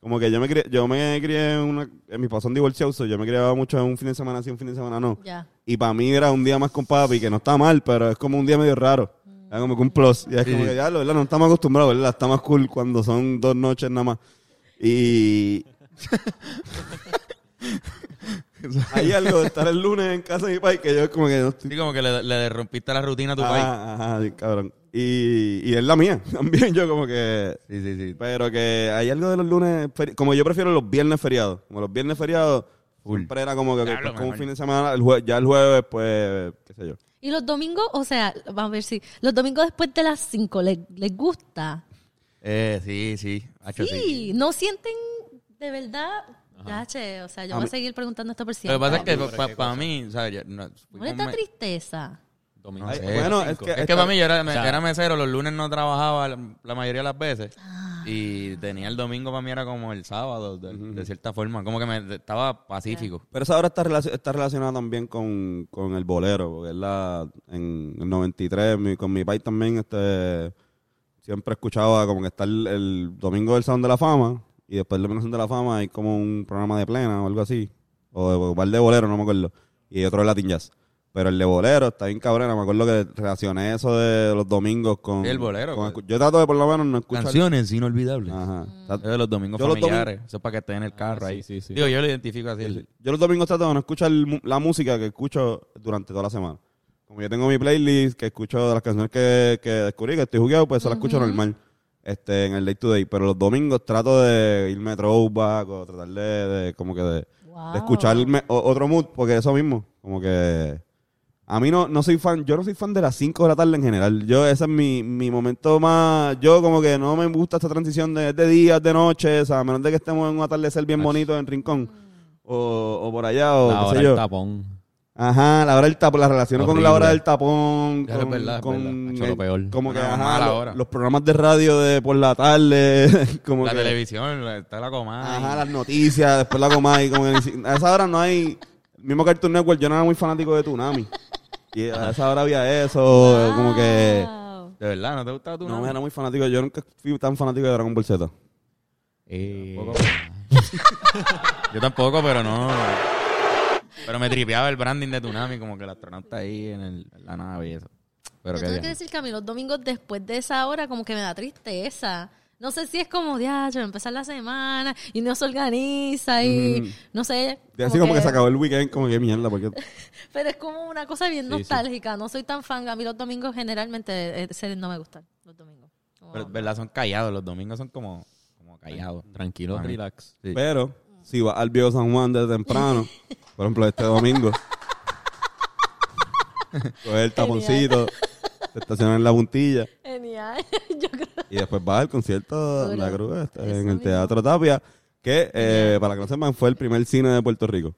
Speaker 3: como que yo me crié, yo me crié en una en mis papás son divorciados so yo me criaba mucho en un fin de semana sí un fin de semana no
Speaker 4: Ya.
Speaker 3: Y para mí era un día más con papi, que no está mal, pero es como un día medio raro. Era como que un plus. Y es como que ya, lo verdad, no estamos acostumbrados, ¿verdad? Está más cool cuando son dos noches nada más. Y. Hay algo de estar el lunes en casa de mi país que yo es como que no estoy.
Speaker 1: Así como que le, le rompiste la
Speaker 3: Ah.
Speaker 1: rutina a tu país.
Speaker 3: Ajá, ajá, sí, cabrón. Y, y es la mía también, yo como que.
Speaker 1: Sí, sí, sí.
Speaker 3: Pero que hay algo de los lunes, feri- como yo prefiero los viernes feriados. Como los viernes feriados, siempre era como que
Speaker 1: Diablo,
Speaker 3: pues, como un
Speaker 1: mejor.
Speaker 3: fin de semana, el jue- ya el jueves, pues, qué sé yo.
Speaker 4: Y los domingos, o sea, vamos a ver si. Los domingos después de las 5, ¿les, les gusta?
Speaker 1: Eh, sí, sí. Hacho,
Speaker 4: Sí,
Speaker 1: sí.
Speaker 4: no sienten de verdad. Ya, che, o sea, yo voy a seguir preguntando esto por
Speaker 1: Lo
Speaker 4: siempre.
Speaker 1: que pasa es que para mí, o sea, yo no, fui
Speaker 4: ¿Cuál es
Speaker 1: con
Speaker 4: esta
Speaker 1: me-
Speaker 4: tristeza?
Speaker 5: Domingo.
Speaker 1: No
Speaker 3: Ay,
Speaker 1: sé.
Speaker 3: bueno, es que,
Speaker 1: Es que
Speaker 3: esta-
Speaker 1: para mí yo era, me-
Speaker 5: sea-
Speaker 1: era mesero, los lunes no trabajaba la, la mayoría de las veces. Y tenía el domingo para mí era como el sábado, de, de cierta forma. Como que me estaba pacífico.
Speaker 3: Pero esa hora está, relaci- está relacionada también con, con el bolero, porque es la, en el 93, mi- con mi país también, este, siempre escuchaba como que está el, el domingo del Salón de la Fama, y después del Domingo del Salón de la Fama hay como un programa de plena o algo así, o de o bar de bolero, no me acuerdo, y hay otro de Latin Jazz. Pero el de bolero está bien cabrera, me acuerdo que relacioné eso de los domingos con...
Speaker 1: Sí, el bolero,
Speaker 3: con
Speaker 1: pues.
Speaker 3: escu- Yo trato de por lo menos no escuchar...
Speaker 1: Canciones inolvidables.
Speaker 3: Ajá.
Speaker 1: Eso de los domingos
Speaker 3: Yo los
Speaker 1: familiares. Eso es para que esté en el carro
Speaker 5: Ah, sí,
Speaker 1: ahí.
Speaker 5: sí, sí.
Speaker 1: Digo, yo lo identifico así. el-
Speaker 3: Yo los domingos trato de no escuchar mu- la música que escucho durante toda la semana. Como yo tengo mi playlist que escucho de las canciones que, que descubrí, que estoy jugueado, pues eso la escucho normal este, en el day to day. Pero los domingos trato de irme a throwback o tratar de, de- como que de, de
Speaker 4: Wow.
Speaker 3: escucharme o- otro mood, porque eso mismo, como que... A mí no, no soy fan, yo no soy fan de las 5 de la tarde en general. Yo, ese es mi, mi momento más. Yo, como que no me gusta esta transición de, de días, de noches, a menos de que estemos en un atardecer bien bonito en Rincón o, o por allá, o Oh,
Speaker 5: La
Speaker 3: qué
Speaker 5: hora
Speaker 3: sé
Speaker 5: del
Speaker 3: yo.
Speaker 5: tapón.
Speaker 3: Ajá, la hora del tapón, la relación con
Speaker 5: Horrible.
Speaker 3: la hora del tapón.
Speaker 1: Ya,
Speaker 3: Con,
Speaker 1: es verdad, es
Speaker 3: con
Speaker 1: verdad.
Speaker 5: Hacho, lo
Speaker 3: el-
Speaker 5: peor.
Speaker 3: Como que
Speaker 1: Una
Speaker 3: ajá,
Speaker 1: mala
Speaker 3: lo-
Speaker 1: hora.
Speaker 3: los programas de radio de por la tarde, como
Speaker 1: la
Speaker 3: que-
Speaker 1: televisión, la- está la comada.
Speaker 3: Ajá, las noticias, después la comada y como que ni si- a esa hora no hay mismo Cartoon Network, yo no era muy fanático de Tsunami. Y a esa hora había eso, como que
Speaker 4: Wow.
Speaker 1: De verdad, ¿no te gustaba tu
Speaker 3: no
Speaker 1: nombre?
Speaker 3: me era muy fanático, yo nunca fui tan fanático de Dragon Ball Z.
Speaker 5: Eh,
Speaker 1: Yo tampoco, pero no. Pero me tripeaba el branding de Tsunami, como que el astronauta ahí en, el- en la nave y eso. Pero
Speaker 4: Yo
Speaker 1: que
Speaker 4: tengo que decir que a mí los domingos después de esa hora como que me da tristeza. No sé si es como, ya, yo empezar la semana y no se organiza y no sé.
Speaker 3: Y así como que se acabó el weekend, como que mierda, porque
Speaker 4: Pero es como una cosa bien nostálgica. No soy tan fan. A mí los domingos generalmente eh, se- no me gustan los domingos. Como-
Speaker 1: Pero, ¿Verdad? Son callados. Los domingos son como, como callados.
Speaker 5: tranquilo,
Speaker 1: Mami.
Speaker 5: relax.
Speaker 1: Sí.
Speaker 3: Pero si vas al viejo San Juan desde temprano, por ejemplo este domingo, coges el taponcito, te estacionas en la puntilla
Speaker 4: Genial. Yo creo.
Speaker 3: y después vas al concierto de La
Speaker 4: Duro.
Speaker 3: Cruz este,
Speaker 4: Eso
Speaker 3: en el
Speaker 4: mismo.
Speaker 3: Teatro Tapia, que eh, para que no sepan fue el primer cine de Puerto Rico.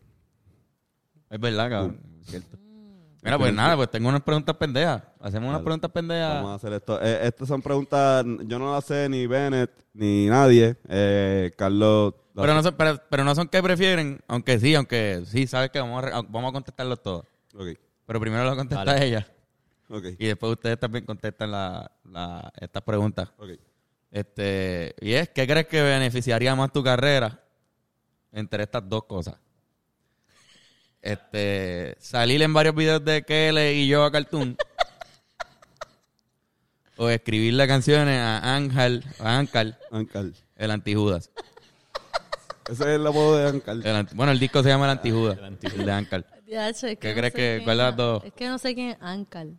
Speaker 1: Es verdad, cabrón. es cierto.
Speaker 4: Mm.
Speaker 1: Mira, pues nada, pues tengo unas preguntas pendejas. Hacemos unas
Speaker 3: Dale.
Speaker 1: preguntas
Speaker 3: Vamos a
Speaker 1: pendejas.
Speaker 3: hacer esto. Eh, estas son preguntas, yo no las sé ni Bennett ni nadie. Eh, Carlos, las-
Speaker 1: Pero no, son, pero, pero no son que prefieren, aunque sí, aunque sí, sabes que vamos a, re- vamos a contestarlos todos.
Speaker 3: Ok,
Speaker 1: Pero primero lo contesta ella.
Speaker 3: ok,
Speaker 1: Y después ustedes también contestan la, la- estas preguntas.
Speaker 3: ok.
Speaker 1: Este, y es, ¿qué crees que beneficiaría más tu carrera entre estas dos cosas? este, salir en varios videos de Kele y yo a Cartoon. o escribirle canciones a Ángel, a Ángel,
Speaker 3: Ancal.
Speaker 1: el antijudas.
Speaker 3: Ese es el apodo de Ancal.
Speaker 1: El anti- bueno, el disco se llama El Antijudas, el de Ángel.
Speaker 4: Ya, che, es
Speaker 1: ¿Qué
Speaker 4: no
Speaker 1: crees
Speaker 4: sé
Speaker 1: que-
Speaker 4: quién
Speaker 1: cuál de
Speaker 4: es-
Speaker 1: las dos?
Speaker 4: Es que no sé quién es Ankal.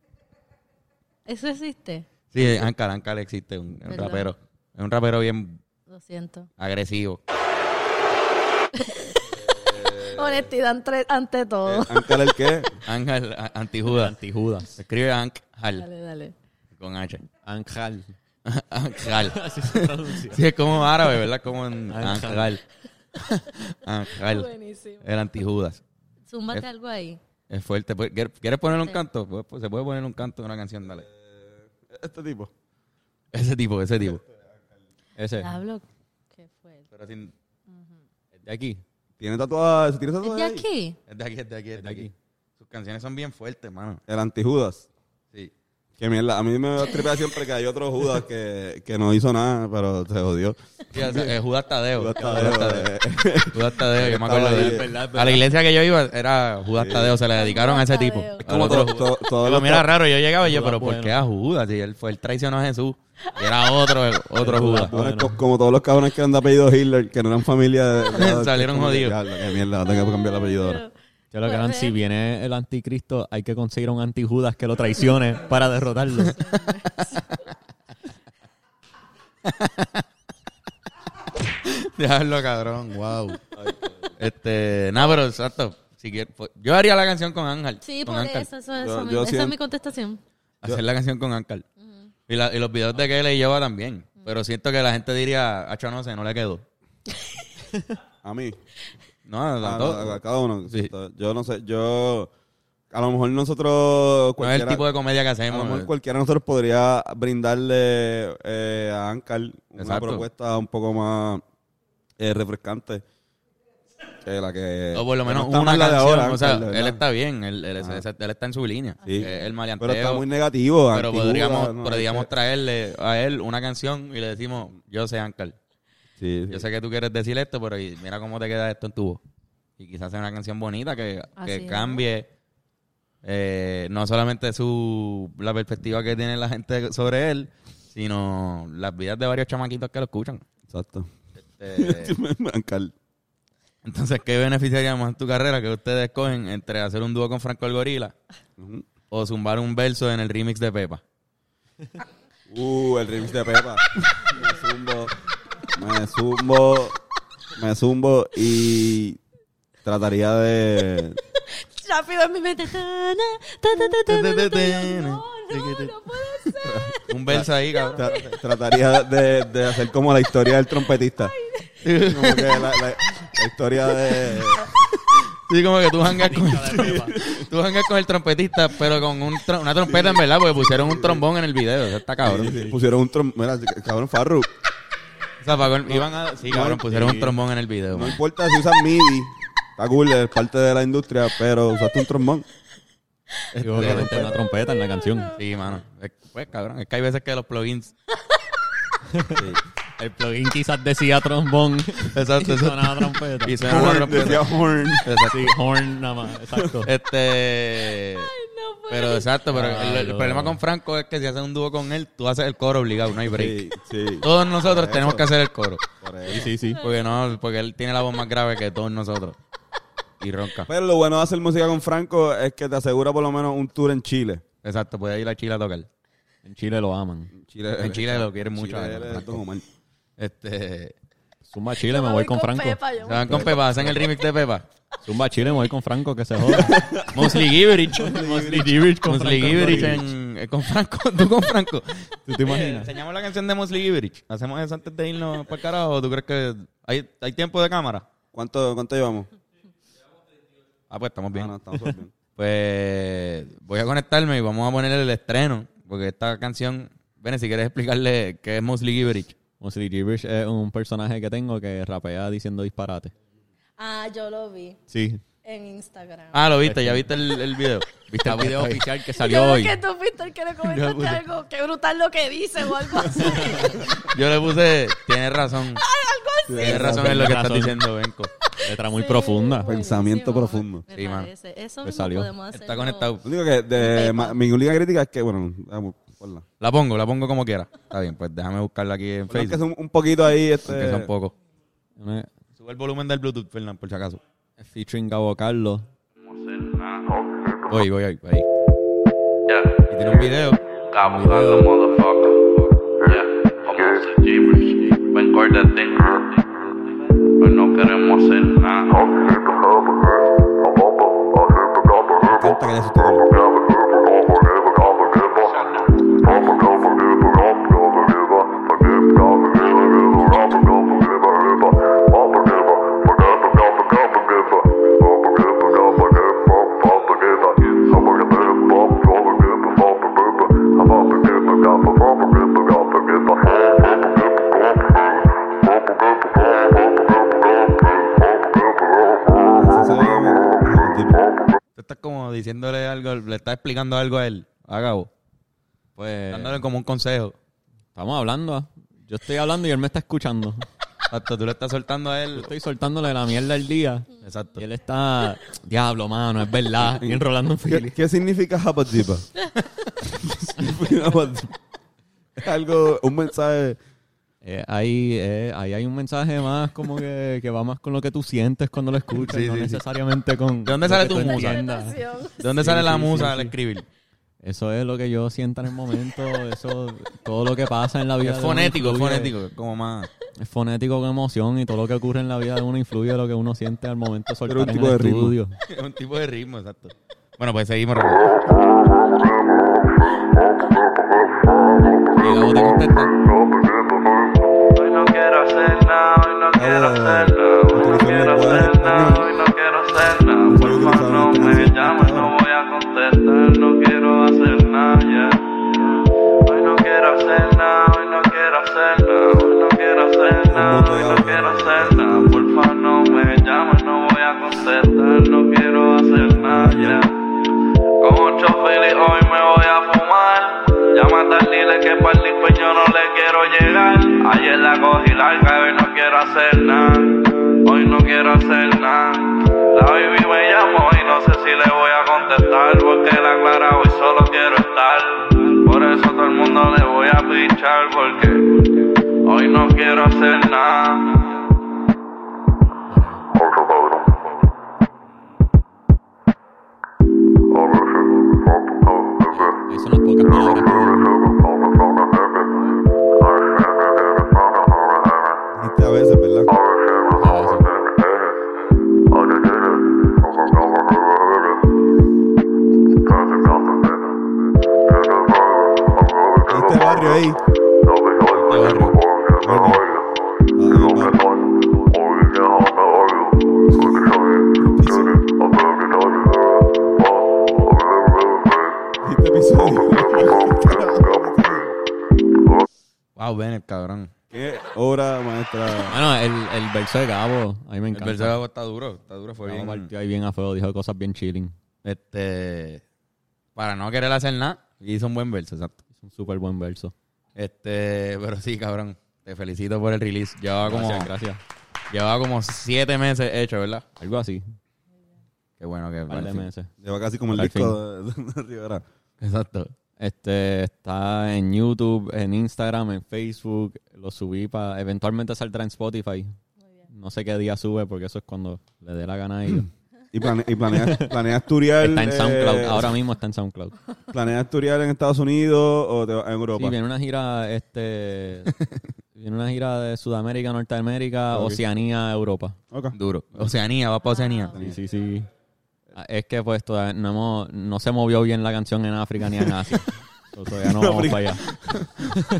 Speaker 4: ¿Eso existe?
Speaker 1: Sí, Ángel, Ángel existe, un, un
Speaker 4: ¿Verdad?
Speaker 1: rapero. Es un rapero bien
Speaker 4: Lo siento.
Speaker 1: agresivo.
Speaker 4: Honestidad entre- ante todo.
Speaker 3: Eh, Ancal el qué?
Speaker 1: Ángel, a- Antijudas.
Speaker 5: Antijudas.
Speaker 1: Se escribe Ángel
Speaker 4: Dale, dale.
Speaker 1: con H.
Speaker 5: Anjal.
Speaker 1: Ángel.
Speaker 5: Así se pronuncia.
Speaker 1: Sí, es como árabe, ¿verdad? Como en
Speaker 5: Ángel.
Speaker 1: Ángel. Ángel.
Speaker 4: Buenísimo.
Speaker 1: El antijudas.
Speaker 4: Zúmbate
Speaker 1: Es-
Speaker 4: algo ahí.
Speaker 1: Es fuerte. Pues, ¿quier- ¿Quieres poner un canto? Pues, pues, Se puede poner un canto de una canción, dale.
Speaker 3: Este tipo.
Speaker 1: Ese tipo, ese tipo.
Speaker 5: Ese.
Speaker 4: Diablo, ¿qué fue?
Speaker 1: Pero sin-
Speaker 5: el De aquí.
Speaker 3: Tiene tatuadas. ¿Tiene
Speaker 4: ¿Es
Speaker 3: tatuadas
Speaker 4: de
Speaker 3: ahí?
Speaker 4: aquí?
Speaker 1: Es de aquí, es de aquí, es de aquí. Sus canciones son bien fuertes, mano.
Speaker 3: El antijudas.
Speaker 1: Sí.
Speaker 3: Que mierda, a mí me tripea siempre que hay otro Judas que, que no hizo nada, pero se jodió.
Speaker 1: Sí, o sea, eh, Judas Tadeo.
Speaker 3: Judas Tadeo,
Speaker 1: Judas Tadeo, yo me acuerdo.
Speaker 3: Estaba ahí.
Speaker 1: de- A la iglesia que yo iba era Judas Tadeo, se la dedicaron a ese
Speaker 4: Tadeo.
Speaker 1: tipo.
Speaker 4: Es
Speaker 3: Como
Speaker 1: Al otro
Speaker 3: eh, to-
Speaker 1: Judas.
Speaker 3: to- todos
Speaker 1: Digo,
Speaker 3: los
Speaker 1: mira, raro, yo llegaba y yo,
Speaker 5: Judas
Speaker 1: pero ¿por
Speaker 5: bueno.
Speaker 1: qué a Judas? Si él fue, él traicionó a Jesús. Y era otro, otro Judas.
Speaker 3: cabrones,
Speaker 5: Bueno.
Speaker 3: co- como todos los cabrones que han de apellido Hitler, que no eran familia de, de-
Speaker 1: Salieron
Speaker 3: como que,
Speaker 1: jodidos.
Speaker 3: "Diablo, Qué mierda, tengo que cambiar el apellido ahora.
Speaker 5: Yo lo que
Speaker 4: Pues,
Speaker 5: dan,
Speaker 4: eh.
Speaker 5: si viene el anticristo, hay que conseguir un antijudas que lo traicione para derrotarlo.
Speaker 1: Dejarlo, cabrón. Wow. pues. este, nada, pero exacto. Si quier- pues, yo haría la canción con Ángel.
Speaker 4: Sí,
Speaker 1: con
Speaker 4: por
Speaker 1: Ángel.
Speaker 4: eso, eso, eso.
Speaker 3: Yo-
Speaker 4: mi-
Speaker 3: yo
Speaker 4: esa es
Speaker 3: siento-
Speaker 4: mi contestación.
Speaker 1: Hacer la canción con Ángel. y, la- y los videos de Kelly y Yoba también. Pero siento que la gente diría, Acho, no sé, no le quedó.
Speaker 3: A mí.
Speaker 1: No, a,
Speaker 3: A,
Speaker 1: todos.
Speaker 3: a- a cada uno.
Speaker 1: Sí.
Speaker 3: Yo no sé, yo. A lo mejor nosotros.
Speaker 1: No es el
Speaker 3: Cualquiera,
Speaker 1: tipo de comedia que
Speaker 3: a lo
Speaker 1: hacemos. eh.
Speaker 3: mejor cualquiera de nosotros podría brindarle eh, a Ancal una
Speaker 1: Exacto.
Speaker 3: propuesta un poco más eh, refrescante que la que.
Speaker 1: o por lo
Speaker 3: que
Speaker 1: menos
Speaker 3: no está
Speaker 1: una
Speaker 3: mal la de
Speaker 1: canción.
Speaker 3: ahora,
Speaker 1: o sea,
Speaker 3: Ángel, de
Speaker 1: él
Speaker 3: verdad.
Speaker 1: está bien. Él, él, es- él está en su línea.
Speaker 3: Sí.
Speaker 1: Eh, El maleanteo.
Speaker 3: Pero está muy negativo.
Speaker 1: Pero
Speaker 3: antijuda,
Speaker 1: podríamos,
Speaker 3: no,
Speaker 1: podríamos
Speaker 3: eh,
Speaker 1: traerle a él una canción y le decimos, yo sé Ángel.
Speaker 3: sí, sí.
Speaker 1: Yo sé que tú quieres decir esto, pero y- mira cómo te queda esto en tu voz. Y quizás sea una canción bonita que,
Speaker 4: Así
Speaker 1: que
Speaker 4: es.
Speaker 1: cambie eh, no solamente su la perspectiva que tiene la gente sobre él, sino las vidas de varios chamaquitos que lo escuchan.
Speaker 3: Exacto.
Speaker 1: Eh,
Speaker 3: Ancal.
Speaker 1: entonces, ¿qué beneficiaría más tu carrera que ustedes escogen entre hacer un dúo con Franco el Gorila
Speaker 3: Ujú.
Speaker 1: o zumbar un verso en el remix de Pepa?
Speaker 3: Uh, el remix de Pepa. Me zumbo. Me zumbo. Me zumbo y trataría de.
Speaker 4: Rápido en mi mente. Ta, na, ta, ta, ta, ta, ta, ta, ta. No, no, no puede ser.
Speaker 1: Un verso ahí, cabrón.
Speaker 3: tra- trataría de, de hacer como la historia del trompetista. Como que la, la- la historia de.
Speaker 1: Sí, como que tú jangas con, el, tú jangas con el trompetista, pero con un tro- una trompeta en verdad, porque pusieron un trombón en el video. Eso está cabrón.
Speaker 3: Sí, sí, Pusieron un trompetista. cabrón, Farru.
Speaker 1: O sea, pagó el- iban a- sí, cabrón, pusieron un trombón en el video.
Speaker 3: No
Speaker 1: man.
Speaker 3: importa si usan MIDI. Está cool, es parte de la industria, pero usaste un trombón.
Speaker 5: Y obviamente una trompeta en la canción.
Speaker 1: Sí, mano. Es- Pues, cabrón, es que hay veces que los plugins...
Speaker 5: El plugin quizás decía trombón.
Speaker 1: Exacto,
Speaker 5: y sonaba trompeta.
Speaker 1: Y suena una
Speaker 3: Horn, decía
Speaker 1: trompeta.
Speaker 3: horn.
Speaker 1: Exacto.
Speaker 5: Sí, horn nada más, exacto.
Speaker 1: Este...
Speaker 4: No puede
Speaker 1: Pero exacto, pero
Speaker 5: Ay,
Speaker 1: el, el
Speaker 5: no.
Speaker 1: problema con Franco es que si haces un dúo con él, tú haces el coro obligado, no hay break.
Speaker 3: Sí, sí.
Speaker 1: Todos nosotros tenemos que hacer el coro.
Speaker 3: por eso.
Speaker 5: Sí, sí, sí.
Speaker 1: Porque no, porque él tiene la voz más grave que todos nosotros. Y ronca.
Speaker 3: Pero lo bueno de hacer música con Franco es que te asegura por lo menos un tour en Chile.
Speaker 1: Exacto, puede ir a Chile a tocar.
Speaker 5: En Chile lo aman.
Speaker 3: Chile
Speaker 1: En Chile lo quieren mucho.
Speaker 3: Chile
Speaker 1: además,
Speaker 3: eres
Speaker 1: Franco.
Speaker 3: Don Omar.
Speaker 1: Este,
Speaker 5: Zumba Chile, me voy con Franco.
Speaker 4: Pepa, yo
Speaker 1: se
Speaker 4: me-
Speaker 1: van con Pepa, hacen el remix de Pepa.
Speaker 5: Zumba Chile, me voy con Franco, que se joda.
Speaker 1: Mosley Giverich.
Speaker 5: Mosley Giverich con
Speaker 1: Mosley
Speaker 5: Franco
Speaker 1: Giverich
Speaker 5: Rodríguez.
Speaker 1: en- eh, con Franco. Tú con Franco.
Speaker 5: ¿Tú te
Speaker 1: Eh,
Speaker 5: imaginas?
Speaker 1: Enseñamos la canción de Mosley Giverich. ¿Hacemos eso antes de irnos para el carajo? ¿O ¿Tú crees que hay, hay tiempo de cámara?
Speaker 3: ¿Cuánto, ¿Cuánto llevamos?
Speaker 1: Ah, pues estamos
Speaker 3: Ah,
Speaker 1: bien.
Speaker 3: no, estamos súper bien.
Speaker 1: Pues voy a conectarme y vamos a poner el estreno. Porque esta canción. Ven, si quieres explicarle qué es Mosley Giverich.
Speaker 5: Mosley Gibrish es un personaje que tengo que rapea diciendo disparate.
Speaker 4: Ah, yo lo vi
Speaker 5: Sí.
Speaker 4: en Instagram.
Speaker 1: Ah, lo viste, ya viste el, el video. Ah, pues,
Speaker 5: ¿Viste el video oficial que
Speaker 4: Yo creo que tú, Víctor, que le comentaste algo. Qué brutal lo que dice o algo así.
Speaker 1: Yo le puse, tienes razón.
Speaker 4: algo así.
Speaker 1: Tienes razón en lo que estás diciendo, Benco.
Speaker 5: Letra muy profunda.
Speaker 3: Pensamiento profundo.
Speaker 4: Me
Speaker 1: Sí, mano.
Speaker 4: parece. Eso
Speaker 5: Me
Speaker 4: mismo
Speaker 5: salió.
Speaker 4: podemos hacer.
Speaker 1: Está conectado.
Speaker 3: Lo único que de, ma- mi única crítica es que, bueno, vamos, ponla.
Speaker 1: La pongo, la pongo como quiera. Está bien, pues déjame buscarla aquí en
Speaker 3: Pero es que es
Speaker 1: Facebook.
Speaker 3: un, un poquito ahí,
Speaker 1: Que
Speaker 3: este...
Speaker 1: son pocos.
Speaker 5: Una-
Speaker 1: Sube el volumen del Bluetooth, Fernán, por si acaso.
Speaker 5: Featuring Gabo Carlos.
Speaker 1: Voy, voy, voy. ahí.
Speaker 6: Yeah,
Speaker 1: Y tiene un video.
Speaker 6: gobble on the motherfucker. Yeah, vamos a gibberish. Ven, córtate. Hoy no queremos hacer nada.
Speaker 3: Canta que ya se está- Ese se ve como- ese tipo.
Speaker 1: Tú estás como diciéndole algo, le estás explicando algo a él, a Gabo.
Speaker 5: Pues
Speaker 1: Dándole como un consejo.
Speaker 5: estamos hablando. ah. Yo estoy hablando y él me está escuchando.
Speaker 1: Exacto, tú le estás soltando a él.
Speaker 5: Estoy soltándole la mierda al día.
Speaker 1: Exacto.
Speaker 5: Y él está, diablo, mano, es verdad. Y enrolando en
Speaker 3: ¿Qué,
Speaker 5: Philly.
Speaker 3: qué significa Japatipa? Algo, un mensaje.
Speaker 5: Eh, ahí, eh, ahí hay un mensaje más como que, que va más con lo que tú sientes cuando lo escuchas, no necesariamente con...
Speaker 1: ¿De dónde
Speaker 5: lo
Speaker 1: sale
Speaker 5: que
Speaker 1: tu
Speaker 5: tú
Speaker 1: musa?
Speaker 5: entiendas.
Speaker 1: ¿De dónde sale la
Speaker 5: sí,
Speaker 1: musa
Speaker 5: sí,
Speaker 1: al
Speaker 5: sí.
Speaker 1: escribir?
Speaker 5: Eso es lo que yo siento en el momento, eso, todo lo que pasa en la vida.
Speaker 1: Es
Speaker 5: de uno
Speaker 1: fonético, es
Speaker 5: influye-
Speaker 1: fonético. Como más.
Speaker 5: Es fonético con emoción y todo lo que ocurre en la vida de uno influye lo que uno siente al momento de soltar
Speaker 3: Pero un tipo
Speaker 5: en el
Speaker 3: de ritmo.
Speaker 5: estudio.
Speaker 1: Es un tipo de ritmo, exacto. Bueno, pues seguimos. Roberto.
Speaker 5: Y Gabo te contesta,
Speaker 6: Hoy no quiero hacer nada, hoy no quiero hacer nada, hoy Ah, no quiero hacer nada, hoy no quiero hacer nada. Porfa, no me llames, no voy a contestar, no quiero hacer nada, ya. Hoy no quiero hacer nada, hoy no quiero hacer nada, hoy no quiero hacer nada, hoy no quiero hacer nada. Porfa, no me llames, no voy a contestar, no quiero hacer nada, ya. Con ocho filis hoy me voy a fumar. Llama tal dile que para el disco yo no le quiero llegar. Ayer la cogí larga y hoy no quiero hacer nada. Hoy no quiero hacer nada. La baby me llamó y no sé si le voy a contestar. Porque la clara hoy solo quiero estar. Por eso todo el mundo le voy a pichar. Porque hoy no quiero hacer nada.
Speaker 5: ahí son las pocas palabras que digo.
Speaker 3: Este a veces, ¿verdad? Este barrio ahí. Este episodio.
Speaker 1: Wow, ven el cabrón.
Speaker 3: Qué obra maestra.
Speaker 5: Bueno, el, el verso de Gabo, a mí me
Speaker 1: El
Speaker 5: encanta.
Speaker 1: verso de Gabo está duro, está duro, fue
Speaker 5: Gabo
Speaker 1: bien.
Speaker 5: partió ahí bien a fuego, dijo cosas bien chilling.
Speaker 1: Este. Para no querer hacer nada, hizo un buen verso, exacto.
Speaker 5: Es un súper buen verso.
Speaker 1: Este, pero sí, cabrón. Te felicito por el release. Llevaba como,
Speaker 5: Gracias, gracias.
Speaker 1: llevaba como siete meses hecho, ¿verdad?
Speaker 5: Algo así,
Speaker 1: Qué bueno que
Speaker 5: un par de
Speaker 1: bueno, sí.
Speaker 5: meses.
Speaker 3: Lleva casi como el
Speaker 5: Al
Speaker 3: disco de, de Rivera.
Speaker 1: Exacto.
Speaker 5: Este está en YouTube, en Instagram, en Facebook. Lo subí para. Eventualmente saldrá en Spotify. No sé qué día sube porque eso es cuando le dé la gana a ellos.
Speaker 3: Y, plane, y planeas, planeas turiar.
Speaker 5: Está en
Speaker 3: eh,
Speaker 5: SoundCloud. Ahora mismo está en SoundCloud.
Speaker 3: ¿Planeas turiar en Estados Unidos o te, en Europa?
Speaker 5: Sí, viene una gira, este. viene una gira de Sudamérica, Norteamérica,
Speaker 3: Ok.
Speaker 5: Oceanía, Europa.
Speaker 3: Ok.
Speaker 1: Duro. Oceanía, va para Oceanía.
Speaker 5: Sí, sí, sí. Ah, Es que pues todavía no, hemos- no se movió bien la canción en África ni en Asia. So, todavía no vamos
Speaker 3: África.
Speaker 5: para allá.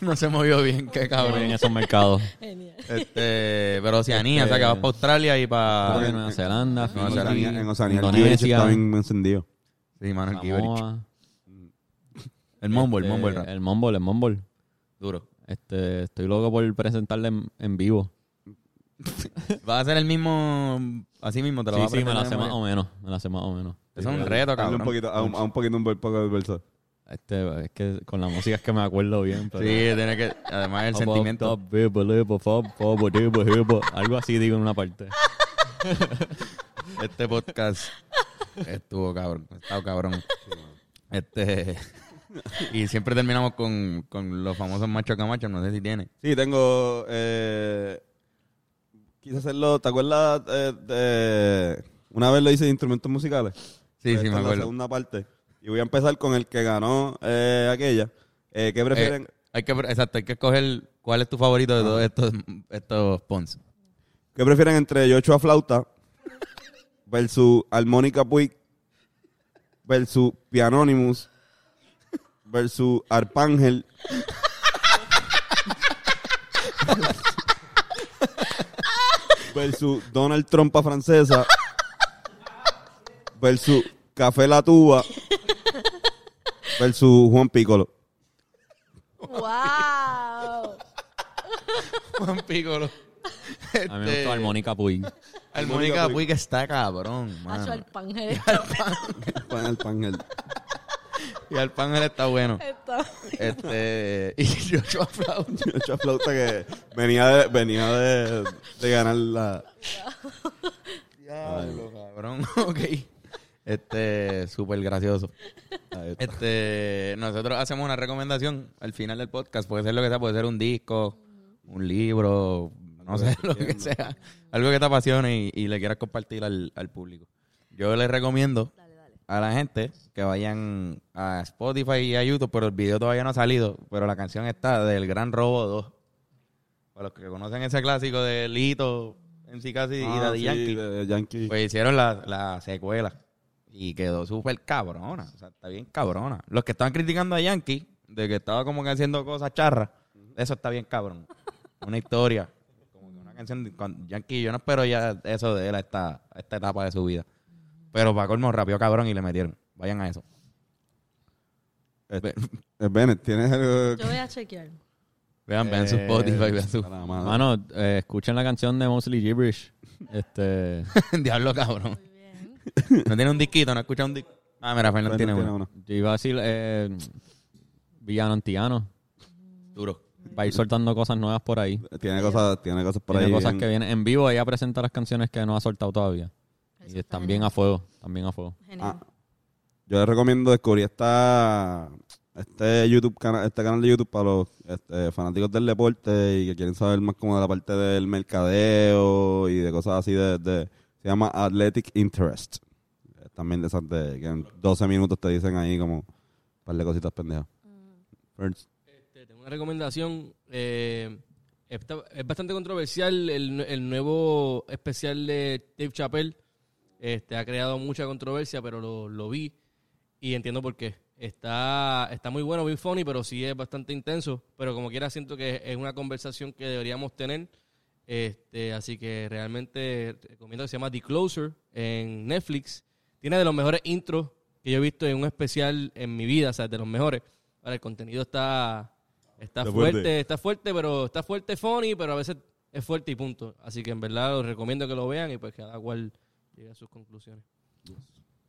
Speaker 1: No se movió bien, qué
Speaker 5: En
Speaker 1: cabrón.
Speaker 5: esos mercados.
Speaker 4: Genial.
Speaker 1: Este, pero Oceanía, o sea que va para Australia y
Speaker 5: Creo que
Speaker 1: para.
Speaker 5: Nueva Zelanda,
Speaker 1: Ah, Nueva
Speaker 5: Fiji,
Speaker 1: Zelanda,
Speaker 3: En Oceanía. El Kibirich
Speaker 5: Indonesia,
Speaker 3: está bien encendido.
Speaker 1: Sí, mano, el Kiberich.
Speaker 5: Samoa.
Speaker 1: El Mumble, el
Speaker 5: Este,
Speaker 1: Mumble Rap.
Speaker 5: El Mumble, el Mumble.
Speaker 1: Duro.
Speaker 5: Este, estoy loco por presentarle en, en vivo.
Speaker 1: Va a ser el mismo. Así mismo te lo
Speaker 5: Sí,
Speaker 1: va a
Speaker 5: sí, me la
Speaker 1: aprender
Speaker 5: hace
Speaker 1: de
Speaker 5: más
Speaker 1: memoria.
Speaker 5: o menos. Me la hace más o menos.
Speaker 1: Eso es un reto,
Speaker 3: Hazle
Speaker 1: cabrón.
Speaker 3: un poquito, a un, a un poquito un bel- poco del verso.
Speaker 5: Este, es que con la música es que me acuerdo bien. Pero...
Speaker 1: Sí, tiene que. Además, el
Speaker 5: Pop,
Speaker 1: sentimiento.
Speaker 5: pop, bibo, libo, pop, pop, dibo, hibo. Algo así digo en una parte.
Speaker 1: Este podcast estuvo cabrón. ha Estado cabrón. Este. Y siempre terminamos con, con los famosos macho camacho. No sé si tiene.
Speaker 3: Sí, tengo. Eh, quise hacerlo. ¿Te acuerdas? eh, de- una vez lo hice de instrumentos musicales.
Speaker 1: Sí,
Speaker 3: Esta
Speaker 1: sí,
Speaker 3: es
Speaker 1: me
Speaker 3: La
Speaker 1: acuerdo.
Speaker 3: segunda parte. Y voy a empezar con el que ganó eh, aquella. Eh, ¿Qué prefieren?
Speaker 1: Eh, hay que, exacto, hay que escoger cuál es tu favorito de todos estos, estos pons.
Speaker 3: ¿Qué prefieren entre Yocho a flauta versus Armónica Puig versus Pianonimus versus Arpángel? versus Donald Trompa francesa versus Café La Tuba versus Juan Piccolo.
Speaker 4: ¡Wow!
Speaker 1: Juan Piccolo.
Speaker 5: A mí me gusta Armónica Puig.
Speaker 1: Armónica Este, Puig está cabrón,
Speaker 4: Hacho
Speaker 1: mano.
Speaker 4: al pangel.
Speaker 3: Arpángel.
Speaker 1: Y Arpángel está bueno.
Speaker 4: Está-
Speaker 1: Este. Y yo, yo aplaudo.
Speaker 3: Yocho a flauta que venía de, venía de, de ganar la...
Speaker 1: Diablo, cabrón. Ok. Este, súper gracioso. Este, nosotros hacemos una recomendación al final del podcast. Puede ser lo que sea, puede ser un disco, un libro, no sé, lo que sea. Algo que te apasione y, y le quieras compartir al, al público. Yo les recomiendo a la gente que vayan a Spotify y a YouTube, pero el video todavía no ha salido, pero la canción está del Gran Robo 2. Para los que conocen ese clásico de Lito, MC Casi y Daddy
Speaker 3: Ah, sí,
Speaker 1: Yankee.
Speaker 3: de- de Yankee.
Speaker 1: Pues hicieron la, la secuela y quedó súper cabrona. O sea, está bien cabrona. Los que estaban criticando a Yankee de que estaba como que haciendo cosas charras, eso está bien cabrón. Una historia. Como que una canción. de- con Yankee, yo no espero ya eso de él a esta, a esta etapa de su vida. Pero para colmo, rapió cabrón y le metieron. Vayan a eso. Ve-
Speaker 3: Eh, Bennett, ¿tienes algo?
Speaker 4: Yo voy a chequear.
Speaker 1: vean, vean su Spotify, vean su.
Speaker 3: Para la madre.
Speaker 5: Mano, eh, escuchen la canción de Mostly Gibberish. Este,
Speaker 1: Diablo cabrón. No tiene un disquito, no escucha un disco. Ah, mira, Fernando
Speaker 3: Bennett
Speaker 1: tiene
Speaker 3: tiene
Speaker 1: uno.
Speaker 3: uno.
Speaker 5: yo iba a decir eh, Villano Antiano.
Speaker 1: Duro.
Speaker 5: Va a ir soltando cosas nuevas por ahí.
Speaker 3: Tiene cosas, tiene cosas por
Speaker 5: Tiene
Speaker 3: ahí.
Speaker 5: cosas
Speaker 3: bien-
Speaker 5: que vienen en vivo. Ella presenta las canciones que no ha soltado todavía.
Speaker 4: Eso
Speaker 5: Y
Speaker 4: está
Speaker 5: están bien a fuego. También a fuego.
Speaker 4: Genial.
Speaker 3: Ah. Yo les recomiendo descubrir esta este YouTube cana- este canal de YouTube para los este, fanáticos del deporte y que quieren saber más como de la parte del mercadeo y de cosas así de, de- se llama Athletic Interest. Eh, También de esas de que en 12 minutos te dicen ahí como un par de cositas pendejas. First.
Speaker 2: Este, tengo una recomendación. eh, está- es bastante controversial el, el nuevo especial de Dave Chappelle. Este, ha creado mucha controversia, pero lo, lo vi y entiendo por qué. Está, está muy bueno, bien funny, pero sí es bastante intenso. Pero como quiera, siento que es una conversación que deberíamos tener. Este, así que realmente recomiendo que se llama The Closer en Netflix. Tiene de los mejores intros que yo he visto en un especial en mi vida, o sea, de los mejores. Ahora, el contenido está, está
Speaker 3: Está
Speaker 2: fuerte,
Speaker 3: fuerte.
Speaker 2: está fuerte, pero está fuerte funny, pero a veces es fuerte y punto. Así que en verdad os recomiendo que lo vean y pues cada cual llegue a sus conclusiones.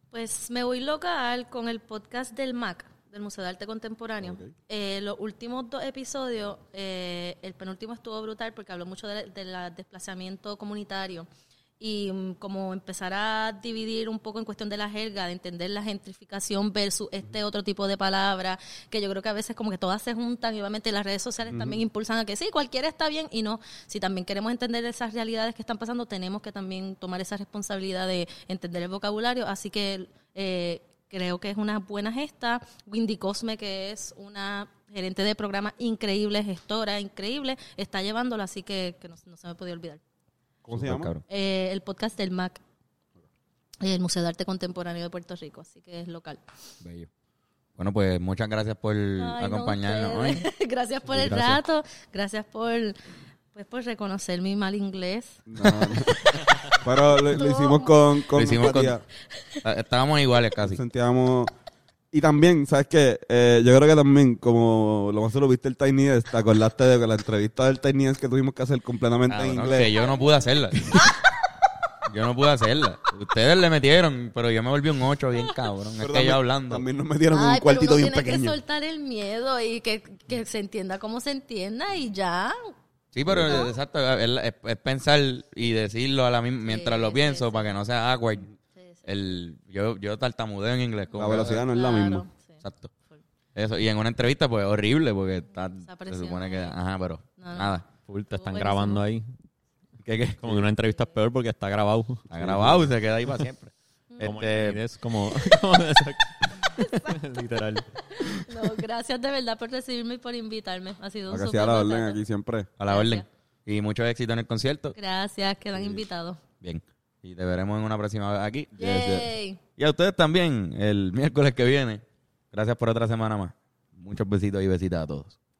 Speaker 4: Pues me voy local con el podcast del MAC, del Museo de Arte Contemporáneo. Eh, los últimos dos episodios, eh, el penúltimo estuvo brutal porque habló mucho del del desplazamiento comunitario y mm, como empezar a dividir un poco en cuestión de la jerga, de entender la gentrificación versus este otro tipo de palabra, que yo creo que a veces como que todas se juntan y obviamente las redes sociales también impulsan a que sí, cualquiera está bien y no, si también queremos entender esas realidades que están pasando, tenemos que también tomar esa responsabilidad de entender el vocabulario, así que eh, creo que es una buena gesta. Windy Cosme, que es una gerente de programa increíble, gestora increíble, está llevándolo, así que, que no, no se me podía olvidar.
Speaker 3: ¿Cómo
Speaker 5: Pues,
Speaker 3: se llama?
Speaker 4: Eh, el podcast del MAC, el Museo de Arte Contemporáneo de Puerto Rico, así que es local.
Speaker 1: Bello. Bueno, pues muchas gracias por
Speaker 4: Ay, no,
Speaker 1: acompañarnos hoy.
Speaker 4: ustedes. gracias por el rato, gracias por pues por reconocer mi mal inglés.
Speaker 3: No, no. Pero lo, lo hicimos con, con
Speaker 1: Lo hicimos con-
Speaker 3: empatía.
Speaker 1: Está- Eh, Estábamos iguales casi.
Speaker 3: sentíamos y también sabes qué? Eh, yo creo que también como lo más lo viste el Tiny Desk te acordaste de la entrevista del Tiny Desk que tuvimos que hacer completamente
Speaker 1: Ah,
Speaker 3: en
Speaker 1: bueno,
Speaker 3: inglés
Speaker 1: Que yo no pude hacerla. Yo no pude hacerla. Ustedes le metieron, pero yo me volví un 8 bien cabrón. Es que yo hablando.
Speaker 3: También nos metieron en un
Speaker 4: Ay, pero
Speaker 3: cuartito
Speaker 4: uno
Speaker 3: bien
Speaker 4: tiene que
Speaker 3: pequeño.
Speaker 4: soltar el miedo y que, que se entienda como se entienda y ya.
Speaker 1: Sí, pero eh, exacto, es, es- es pensar y decirlo a la misma, mientras lo
Speaker 4: sí,
Speaker 1: pienso
Speaker 4: sí.
Speaker 1: para que no sea awkward.
Speaker 4: Sí, sí,
Speaker 1: El, yo, yo tartamudeo en inglés. como
Speaker 3: La
Speaker 1: que-
Speaker 3: velocidad no es la
Speaker 4: claro,
Speaker 3: misma.
Speaker 4: sí.
Speaker 1: Exacto. Eso, y en una entrevista, pues horrible, porque está-
Speaker 4: Esa
Speaker 1: se
Speaker 4: presión
Speaker 1: supone que.
Speaker 4: ahí.
Speaker 1: Ajá, pero
Speaker 4: No, no.
Speaker 1: nada.
Speaker 5: Full, te están
Speaker 4: buenísimo.
Speaker 5: grabando ahí. ¿Qué, qué? Como que una entrevista es peor porque está grabado.
Speaker 1: Está grabado y se queda ahí para siempre.
Speaker 5: Como
Speaker 1: Este,
Speaker 5: es como... como eso. Literal.
Speaker 4: No, gracias de verdad por recibirme y por invitarme. Ha sido un
Speaker 3: Acá
Speaker 4: súper
Speaker 3: sea la orden
Speaker 4: bacano.
Speaker 3: aquí siempre.
Speaker 1: a la orden. Y mucho éxito en el concierto.
Speaker 4: Gracias, quedan invitados.
Speaker 1: Bien. Y te veremos en una próxima vez aquí.
Speaker 4: Yay.
Speaker 1: Y a ustedes también, el miércoles que viene. Gracias por otra semana más. Muchos besitos y besitas a todos.